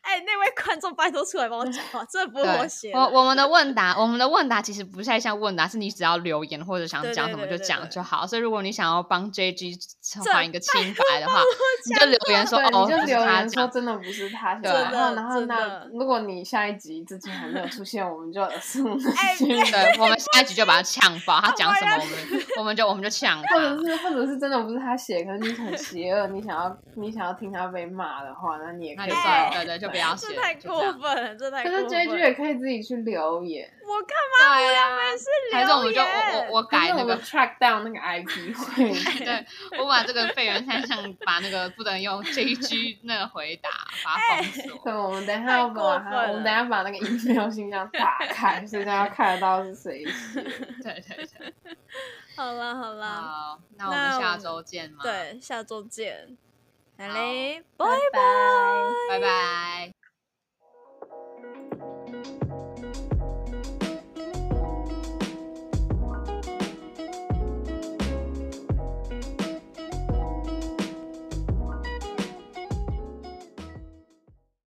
哎、那位观众拜托出来帮我讲话，这不是对， 我写的。我我们的问答，我们的问答其实不太像问答，是你只要留言或者想对讲对什么对就对讲对就好。所以如果你想要帮 JG 这还一个清白的话，你就留言说对，哦，你就不是留他言说讲。真的不是他写对啊的，然后真的然后那真如果你下一集之前还没有出现，我们就耳目一哎新对，我们下一集就把他呛爆， 他讲什么我我们我们就我们就呛或者他。是或者是真的不是他写，可是你很邪恶，你想要你想要听他被骂的话，那你也可那以就哎算了，在对对，就不要写这了，太就过这样分了，这太可过是分 JG 了。也可以自己去留言，我干对呀、嘛是啊还是我留们就言？我我我改可是那我个们 track down 那个 IP 会对，我把这个废人三项，把那个不能用 JG 那个回答，把哎它封锁。对，我们等一太下要把过分它，了我们等一下把那个 email 信箱打 开，所以大家看得到是谁写。对对对，好啦 好啦，好，那我们那下我周见嘛。，对，下周见，来好嘞，拜拜拜。拜拜。